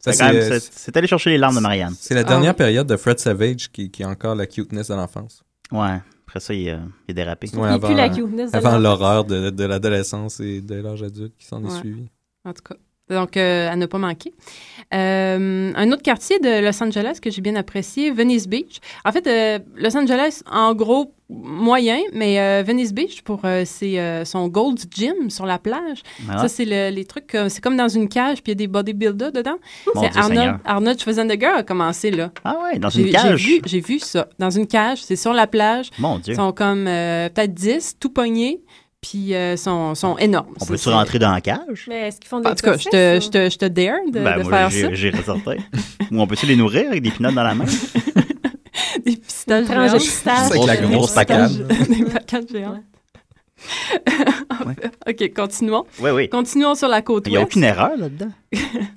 [SPEAKER 6] Ça,
[SPEAKER 4] C'est quand même-
[SPEAKER 6] c'est- euh,
[SPEAKER 4] c'est- c'est allé chercher les larmes de Marianne.
[SPEAKER 6] C'est la
[SPEAKER 7] Ah
[SPEAKER 6] dernière
[SPEAKER 7] oui.
[SPEAKER 6] période de Fred Savage qui, qui a encore la cuteness de l'enfance.
[SPEAKER 4] Ouais. Après ça, il, euh, il est dérapé.
[SPEAKER 6] Ouais,
[SPEAKER 8] Il pue
[SPEAKER 6] avant,
[SPEAKER 8] la
[SPEAKER 6] euh,
[SPEAKER 8] cuteness de
[SPEAKER 6] Avant
[SPEAKER 8] l'enfance.
[SPEAKER 6] l'horreur de, de l'adolescence et de l'âge adulte qui s'en est
[SPEAKER 7] Ouais.
[SPEAKER 6] suivi.
[SPEAKER 7] En tout cas. Donc, euh, à ne pas manquer. Euh, un autre quartier de Los Angeles que j'ai bien apprécié, Venice Beach. En fait, euh, Los Angeles, en gros, moyen, mais euh, Venice Beach pour euh, ses, euh, son Gold Gym sur la plage.
[SPEAKER 4] Ah.
[SPEAKER 7] Ça, c'est le- les trucs, comme- c'est comme dans une cage, puis il y a des bodybuilders dedans.
[SPEAKER 4] Mon
[SPEAKER 7] C'est
[SPEAKER 4] Dieu Seigneur.
[SPEAKER 7] Arnold, Arnold Schwarzenegger a commencé là.
[SPEAKER 4] Ah ouais, dans
[SPEAKER 7] J'ai-
[SPEAKER 4] une
[SPEAKER 7] j'ai
[SPEAKER 4] cage.
[SPEAKER 7] vu- J'ai vu, ça, dans une cage, c'est sur la plage.
[SPEAKER 4] Mon Dieu.
[SPEAKER 7] Ils sont comme euh, peut-être 10, tout pognés, puis euh, sont, sont énormes.
[SPEAKER 4] On
[SPEAKER 7] C'est-
[SPEAKER 4] peut-tu
[SPEAKER 7] c'est-
[SPEAKER 4] rentrer dans la cage?
[SPEAKER 8] Mais est-ce qu'ils font des
[SPEAKER 7] en tout cas, je te, je, te, je te dare de,
[SPEAKER 4] ben,
[SPEAKER 7] de
[SPEAKER 4] moi,
[SPEAKER 7] faire
[SPEAKER 4] j'ai-
[SPEAKER 7] ça.
[SPEAKER 4] j'ai ressorti. Ou on peut-tu les nourrir avec des pinottes dans la main?
[SPEAKER 7] Des pistaches
[SPEAKER 8] Tranche de
[SPEAKER 7] géantes.
[SPEAKER 8] pistache.
[SPEAKER 4] C'est avec la grosse
[SPEAKER 7] Des
[SPEAKER 4] pacane.
[SPEAKER 7] pistaches- Des pacanes géantes. OK, continuons.
[SPEAKER 4] Oui, oui.
[SPEAKER 7] Continuons sur la côte
[SPEAKER 4] Il n'y a
[SPEAKER 7] ouest.
[SPEAKER 4] aucune erreur là-dedans.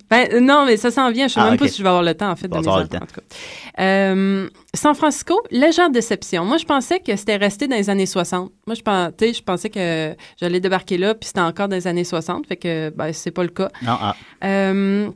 [SPEAKER 7] Ben, euh, non, mais ça s'en vient. Je sais
[SPEAKER 4] Ah,
[SPEAKER 7] même
[SPEAKER 4] ok.
[SPEAKER 7] pas si je vais avoir le temps, en fait, de
[SPEAKER 4] Bon,
[SPEAKER 7] mes
[SPEAKER 4] ça aura le
[SPEAKER 7] enfants,
[SPEAKER 4] temps.
[SPEAKER 7] en tout cas. Euh, San Francisco, légère déception. Moi, je pensais que c'était resté dans les années 60. Moi, je, pen- tu sais, je pensais que j'allais débarquer là, puis c'était encore dans les années 60. Fait que, ben, c'est pas le cas.
[SPEAKER 4] Non, ah.
[SPEAKER 7] Euh,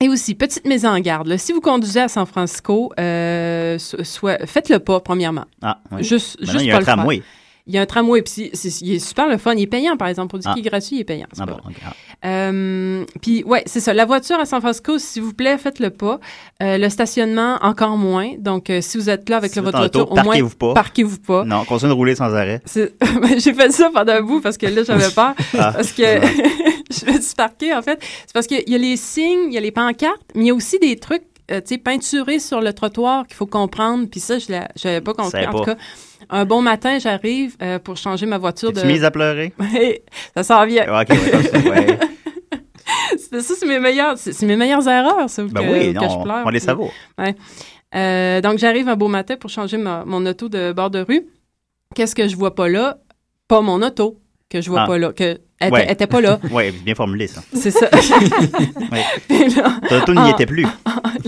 [SPEAKER 7] et aussi, petite mise en garde. là. Si vous conduisez à San Francisco, euh, so- soit, faites-le pas, premièrement.
[SPEAKER 4] Ah, oui.
[SPEAKER 7] Juste,
[SPEAKER 4] Maintenant,
[SPEAKER 7] juste
[SPEAKER 4] il y a
[SPEAKER 7] pas
[SPEAKER 4] un
[SPEAKER 7] le faire.
[SPEAKER 4] tramway.
[SPEAKER 7] Il y a un tramway, puis c'est- c'est- il est super le fun. Il est payant, par exemple. Pour dire
[SPEAKER 4] Ah.
[SPEAKER 7] qu'il est gratuit, il est payant. c'est
[SPEAKER 4] Ah
[SPEAKER 7] pas
[SPEAKER 4] bon,
[SPEAKER 7] vrai.
[SPEAKER 4] ok, ah.
[SPEAKER 7] Euh, puis, ouais, c'est ça. La voiture à San Francisco, s'il vous plaît, faites-le pas. Euh, le stationnement, encore moins. Donc, euh, si vous êtes là avec
[SPEAKER 4] Si
[SPEAKER 7] le-
[SPEAKER 4] vous êtes
[SPEAKER 7] votre
[SPEAKER 4] en
[SPEAKER 7] voiture,
[SPEAKER 4] auto,
[SPEAKER 7] au moins,
[SPEAKER 4] parquez-vous pas.
[SPEAKER 7] parquez-vous pas.
[SPEAKER 4] Non, continuez de rouler sans arrêt.
[SPEAKER 7] C'est- ben, j'ai fait ça pendant un bout parce que là, j'avais peur.
[SPEAKER 4] Ah.
[SPEAKER 7] parce que je me suis parquée, en fait. C'est parce qu'il y a les signes, il y a les pancartes, mais il y a aussi des trucs, euh, tu sais, peinturés sur le trottoir qu'il faut comprendre. Puis ça, je n'avais pas compris.
[SPEAKER 4] Savais
[SPEAKER 7] En tout
[SPEAKER 4] pas.
[SPEAKER 7] cas, un bon matin, j'arrive euh, pour changer ma voiture
[SPEAKER 4] Tu
[SPEAKER 7] de.
[SPEAKER 4] mises à pleurer?
[SPEAKER 7] Ouais, ça s'en vient.
[SPEAKER 4] Ouais, ok, ouais, comme ça, ouais.
[SPEAKER 7] C'est- ça, c'est mes meilleures, c'est c'est mes meilleures erreurs, ça,
[SPEAKER 4] Ben
[SPEAKER 7] que,
[SPEAKER 4] oui,
[SPEAKER 7] que
[SPEAKER 4] non,
[SPEAKER 7] je pleure.
[SPEAKER 4] on les
[SPEAKER 7] Puis-
[SPEAKER 4] savoure.
[SPEAKER 7] Ouais. Euh, donc, j'arrive un beau matin pour changer ma- mon auto de bord de rue. Qu'est-ce que je vois pas là? Pas mon auto que je vois
[SPEAKER 4] Ah.
[SPEAKER 7] pas là. Que, elle,
[SPEAKER 4] Ouais.
[SPEAKER 7] était- elle était pas là.
[SPEAKER 4] oui, bien formulé, ça.
[SPEAKER 7] C'est ça.
[SPEAKER 4] Ouais.
[SPEAKER 7] Puis là,
[SPEAKER 4] Ton auto n'y
[SPEAKER 7] en-
[SPEAKER 4] était plus.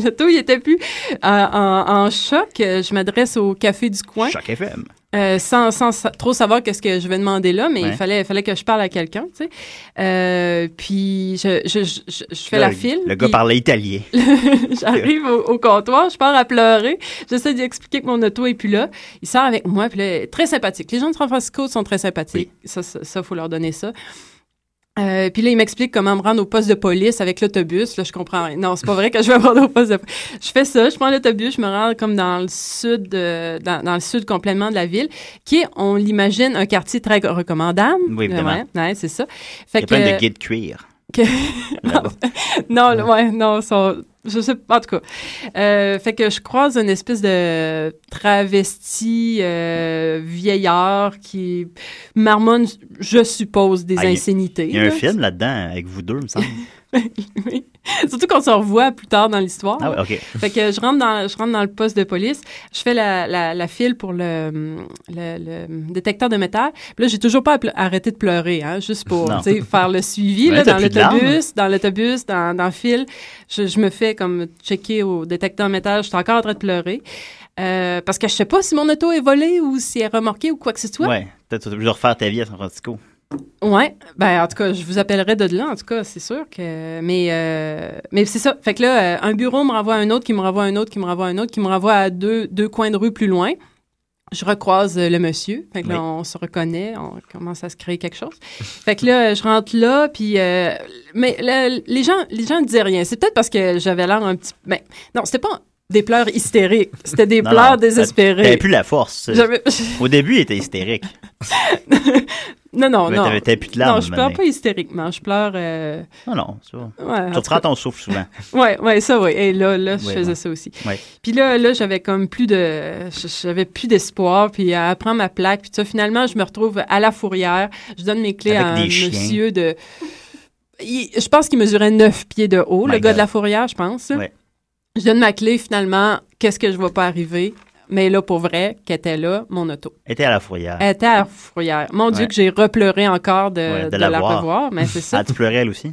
[SPEAKER 7] L'auto, il était plus. Euh, en, en choc, euh, je m'adresse au café du coin.
[SPEAKER 4] Choc FM.
[SPEAKER 7] Euh, sans, sans sa- trop savoir qu'est-ce que je vais demander là, mais
[SPEAKER 4] Ouais.
[SPEAKER 7] il fallait, fallait que je parle à quelqu'un, tu sais. Euh, puis je, je, je, je- je fais
[SPEAKER 4] Là,
[SPEAKER 7] la file.
[SPEAKER 4] Le gars
[SPEAKER 7] puis-
[SPEAKER 4] parlait italien.
[SPEAKER 7] J'arrive au, au comptoir, je pars à pleurer. J'essaie d'expliquer que mon auto est plus là. Il sort avec moi, puis là, très sympathique. Les gens de San Francisco sont très sympathiques. Ça, ça, ça, faut leur donner ça. Euh, puis là, il m'explique comment me rendre au poste de police avec l'autobus. Là, je comprends rien. Non, c'est pas vrai que je vais me rendre au poste de police. Je fais ça, je prends l'autobus, je me rends comme dans le sud, euh, dans, dans le sud complètement de la ville, qui est, on l'imagine, un quartier très recommandable.
[SPEAKER 4] Oui, évidemment.
[SPEAKER 7] Ouais, ouais, c'est ça.
[SPEAKER 4] Il
[SPEAKER 7] Fait
[SPEAKER 4] y a plein
[SPEAKER 7] que-
[SPEAKER 4] de guides cuir.
[SPEAKER 7] que-
[SPEAKER 4] Là-bas.
[SPEAKER 7] non, le- ouais, non, sont- je sais pas, en tout cas. Euh, fait que je croise une espèce de travesti euh, vieillard qui marmonne, je suppose, des
[SPEAKER 4] Ah, il y a-
[SPEAKER 7] insénités.
[SPEAKER 4] Il y a un
[SPEAKER 7] là.
[SPEAKER 4] film là-dedans avec vous deux, me semble.
[SPEAKER 7] Oui. Surtout qu'on se revoit plus tard dans l'histoire.
[SPEAKER 4] Ah ouais,
[SPEAKER 7] là.
[SPEAKER 4] ok.
[SPEAKER 7] Fait que je rentre, dans, je rentre dans le poste de police, je fais la, la, la file pour le, hum, le, le détecteur de métal. Puis là, j'ai toujours pas appel- arrêté de pleurer, hein, juste pour
[SPEAKER 4] Non.
[SPEAKER 7] tu sais, faire le suivi
[SPEAKER 4] Mais
[SPEAKER 7] là,
[SPEAKER 4] t'as
[SPEAKER 7] dans
[SPEAKER 4] plus de larmes.
[SPEAKER 7] l'autobus, dans l'autobus, dans, dans le fil. Je, je me fais comme checker au détecteur de métal, je suis encore en train de pleurer. Euh, parce que je sais pas si mon auto est volée ou si elle est remorquée ou quoi que ce soit.
[SPEAKER 4] Ouais. Peut-être que tu veux refaire ta vie à San Francisco.
[SPEAKER 7] Ouais, ben en tout cas, je vous appellerai de là, en tout cas, c'est sûr que. Mais, euh, mais c'est ça. Fait que là, euh, un bureau me renvoie à un autre, qui me renvoie à un autre, qui me renvoie à un autre, qui me renvoie à deux, deux coins de rue plus loin. Je recroise euh, le monsieur. Fait que là,
[SPEAKER 4] Oui.
[SPEAKER 7] on se reconnaît, on commence à se créer quelque chose. Fait que là, je rentre là, puis. euh, mais là, les gens les gens ne disaient rien. C'est peut-être parce que j'avais l'air un petit. Ben, non, c'était pas des pleurs hystériques, c'était des
[SPEAKER 4] Non,
[SPEAKER 7] pleurs
[SPEAKER 4] non, t'as-
[SPEAKER 7] désespérées.
[SPEAKER 4] T'avais plus la force.
[SPEAKER 7] J'avais-
[SPEAKER 4] Au début, il était hystérique.
[SPEAKER 7] Non, Oh, non,
[SPEAKER 4] Mais
[SPEAKER 7] non.
[SPEAKER 4] t'avais- t'avais plus de larmes,
[SPEAKER 7] Non, je pleure
[SPEAKER 4] maintenant.
[SPEAKER 7] pas hystériquement. Je pleure. euh,
[SPEAKER 4] Non, non, ça va.
[SPEAKER 7] Ouais,
[SPEAKER 4] tu
[SPEAKER 7] en
[SPEAKER 4] reprends
[SPEAKER 7] tout cas.
[SPEAKER 4] ton souffle souvent.
[SPEAKER 7] Ouais, ouais, ça, oui. Et là, là, je
[SPEAKER 4] Ouais,
[SPEAKER 7] faisais
[SPEAKER 4] ouais.
[SPEAKER 7] ça aussi.
[SPEAKER 4] Ouais.
[SPEAKER 7] Puis là, là, j'avais comme plus de, j'avais plus d'espoir. Puis elle prend ma plaque. Puis ça, finalement, je me retrouve à la fourrière. Je donne mes clés
[SPEAKER 14] Avec
[SPEAKER 7] à
[SPEAKER 14] des
[SPEAKER 7] un
[SPEAKER 14] chiens.
[SPEAKER 7] monsieur de, il- je pense qu'il mesurait 9 pieds de haut, le
[SPEAKER 14] My
[SPEAKER 7] gars
[SPEAKER 14] God.
[SPEAKER 7] de la fourrière, je pense.
[SPEAKER 14] Ouais.
[SPEAKER 7] Je donne ma clé, finalement. Qu'est-ce que je vois pas arriver? Mais là, pour vrai, qu'était là, mon auto.
[SPEAKER 4] Elle était à la fourrière.
[SPEAKER 7] Elle était à la fourrière. Mon Dieu,
[SPEAKER 4] Ouais.
[SPEAKER 7] que j'ai repleuré encore de,
[SPEAKER 4] Ouais,
[SPEAKER 7] de la, revoir, mais c'est ça.
[SPEAKER 4] Ah, tu pleurais elle aussi?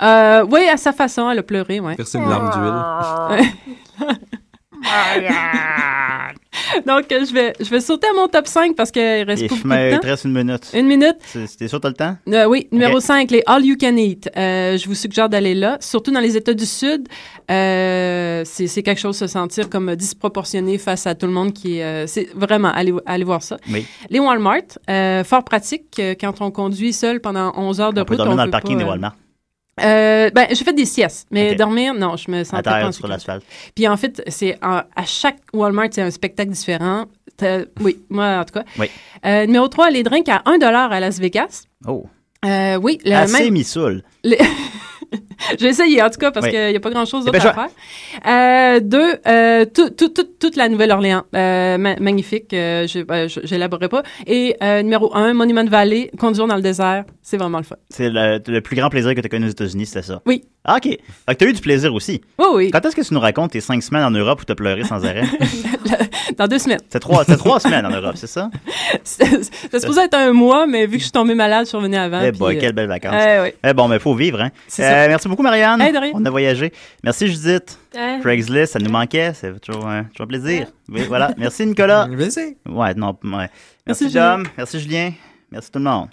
[SPEAKER 7] Euh, oui, à sa façon, elle a pleuré, ouais.
[SPEAKER 4] Versé une larme
[SPEAKER 7] Donc, euh, je vais, je vais sauter à mon top 5 parce qu'il reste
[SPEAKER 4] Et
[SPEAKER 7] pas beaucoup
[SPEAKER 4] mais
[SPEAKER 7] de
[SPEAKER 4] il
[SPEAKER 7] temps. Euh.
[SPEAKER 4] te reste une minute.
[SPEAKER 7] Une minute.
[SPEAKER 4] C'est- T'es sûr que t'as le temps?
[SPEAKER 7] Euh, oui, numéro
[SPEAKER 4] Ok.
[SPEAKER 7] 5, les All You Can Eat. Euh, je vous suggère d'aller là, surtout dans les États du Sud. Euh, c'est c'est quelque chose de se sentir comme disproportionné face à tout le monde qui est... euh, c'est vraiment, allez, allez voir ça.
[SPEAKER 4] Oui.
[SPEAKER 7] Les Walmart, euh, fort pratique euh, quand on conduit seul pendant 11 heures de
[SPEAKER 4] On peut
[SPEAKER 7] route.
[SPEAKER 4] dormir dans le
[SPEAKER 7] peut
[SPEAKER 4] parking
[SPEAKER 7] pas,
[SPEAKER 4] des
[SPEAKER 7] euh,
[SPEAKER 4] Walmart.
[SPEAKER 7] euh, ben, j'ai fait des siestes, mais
[SPEAKER 4] Ok.
[SPEAKER 7] dormir, non, je me
[SPEAKER 4] À
[SPEAKER 7] sentais pas en
[SPEAKER 4] terre, sur
[SPEAKER 7] sécurité.
[SPEAKER 4] l'asphalte.
[SPEAKER 7] Puis en fait, c'est en- à chaque Walmart, c'est un spectacle différent. T'as- Oui, moi en tout cas.
[SPEAKER 4] Oui.
[SPEAKER 7] Euh, numéro 3, les drinks à 1 à Las Vegas.
[SPEAKER 4] Oh.
[SPEAKER 7] Euh, oui, le
[SPEAKER 4] Assez
[SPEAKER 7] même.
[SPEAKER 4] missoule.
[SPEAKER 7] le- J'ai essayé en tout cas parce
[SPEAKER 4] Oui.
[SPEAKER 7] qu'il n'y a pas grand chose
[SPEAKER 4] Eh
[SPEAKER 7] d'autre
[SPEAKER 4] ben,
[SPEAKER 7] à faire. Euh, deux, euh, tout- tout- tout- toute la Nouvelle-Orléans. Euh, ma- magnifique. euh, je ben, je- j'élaborerai pas. Et euh, numéro un, Monument Valley, conduire dans le désert. C'est vraiment le fun.
[SPEAKER 4] C'est le, le plus grand plaisir que tu as connu aux États-Unis, c'était ça.
[SPEAKER 7] Oui.
[SPEAKER 4] Ah, OK. Fait que tu as eu du plaisir aussi.
[SPEAKER 7] Oui, oui.
[SPEAKER 4] Quand est-ce que tu nous racontes tes cinq semaines en Europe où tu as pleuré sans arrêt?
[SPEAKER 7] Dans deux semaines.
[SPEAKER 4] C'est trois, c'est trois semaines en Europe, c'est ça?
[SPEAKER 7] C'était supposé être un mois, mais vu que je suis tombée malade, je suis revenue avant.
[SPEAKER 4] Eh
[SPEAKER 7] puis,
[SPEAKER 4] boy,
[SPEAKER 7] euh,
[SPEAKER 4] quelle belle vacances.
[SPEAKER 7] eh oui.
[SPEAKER 4] Eh bon, mais faut vivre, hein.
[SPEAKER 7] C'est ça.
[SPEAKER 4] merci beaucoup, Marianne.
[SPEAKER 7] Eh, de rien.
[SPEAKER 4] On a voyagé. Merci, Judith.
[SPEAKER 7] Eh.
[SPEAKER 4] Craigslist, ça nous manquait. C'est toujours un, toujours un plaisir. Oui,
[SPEAKER 7] Ah.
[SPEAKER 4] voilà. Merci, Nicolas.
[SPEAKER 6] Merci.
[SPEAKER 4] Ouais, non, ouais. Merci,
[SPEAKER 6] Merci,
[SPEAKER 4] Dom.
[SPEAKER 6] Julie.
[SPEAKER 4] Merci, Julien. Merci, tout le monde.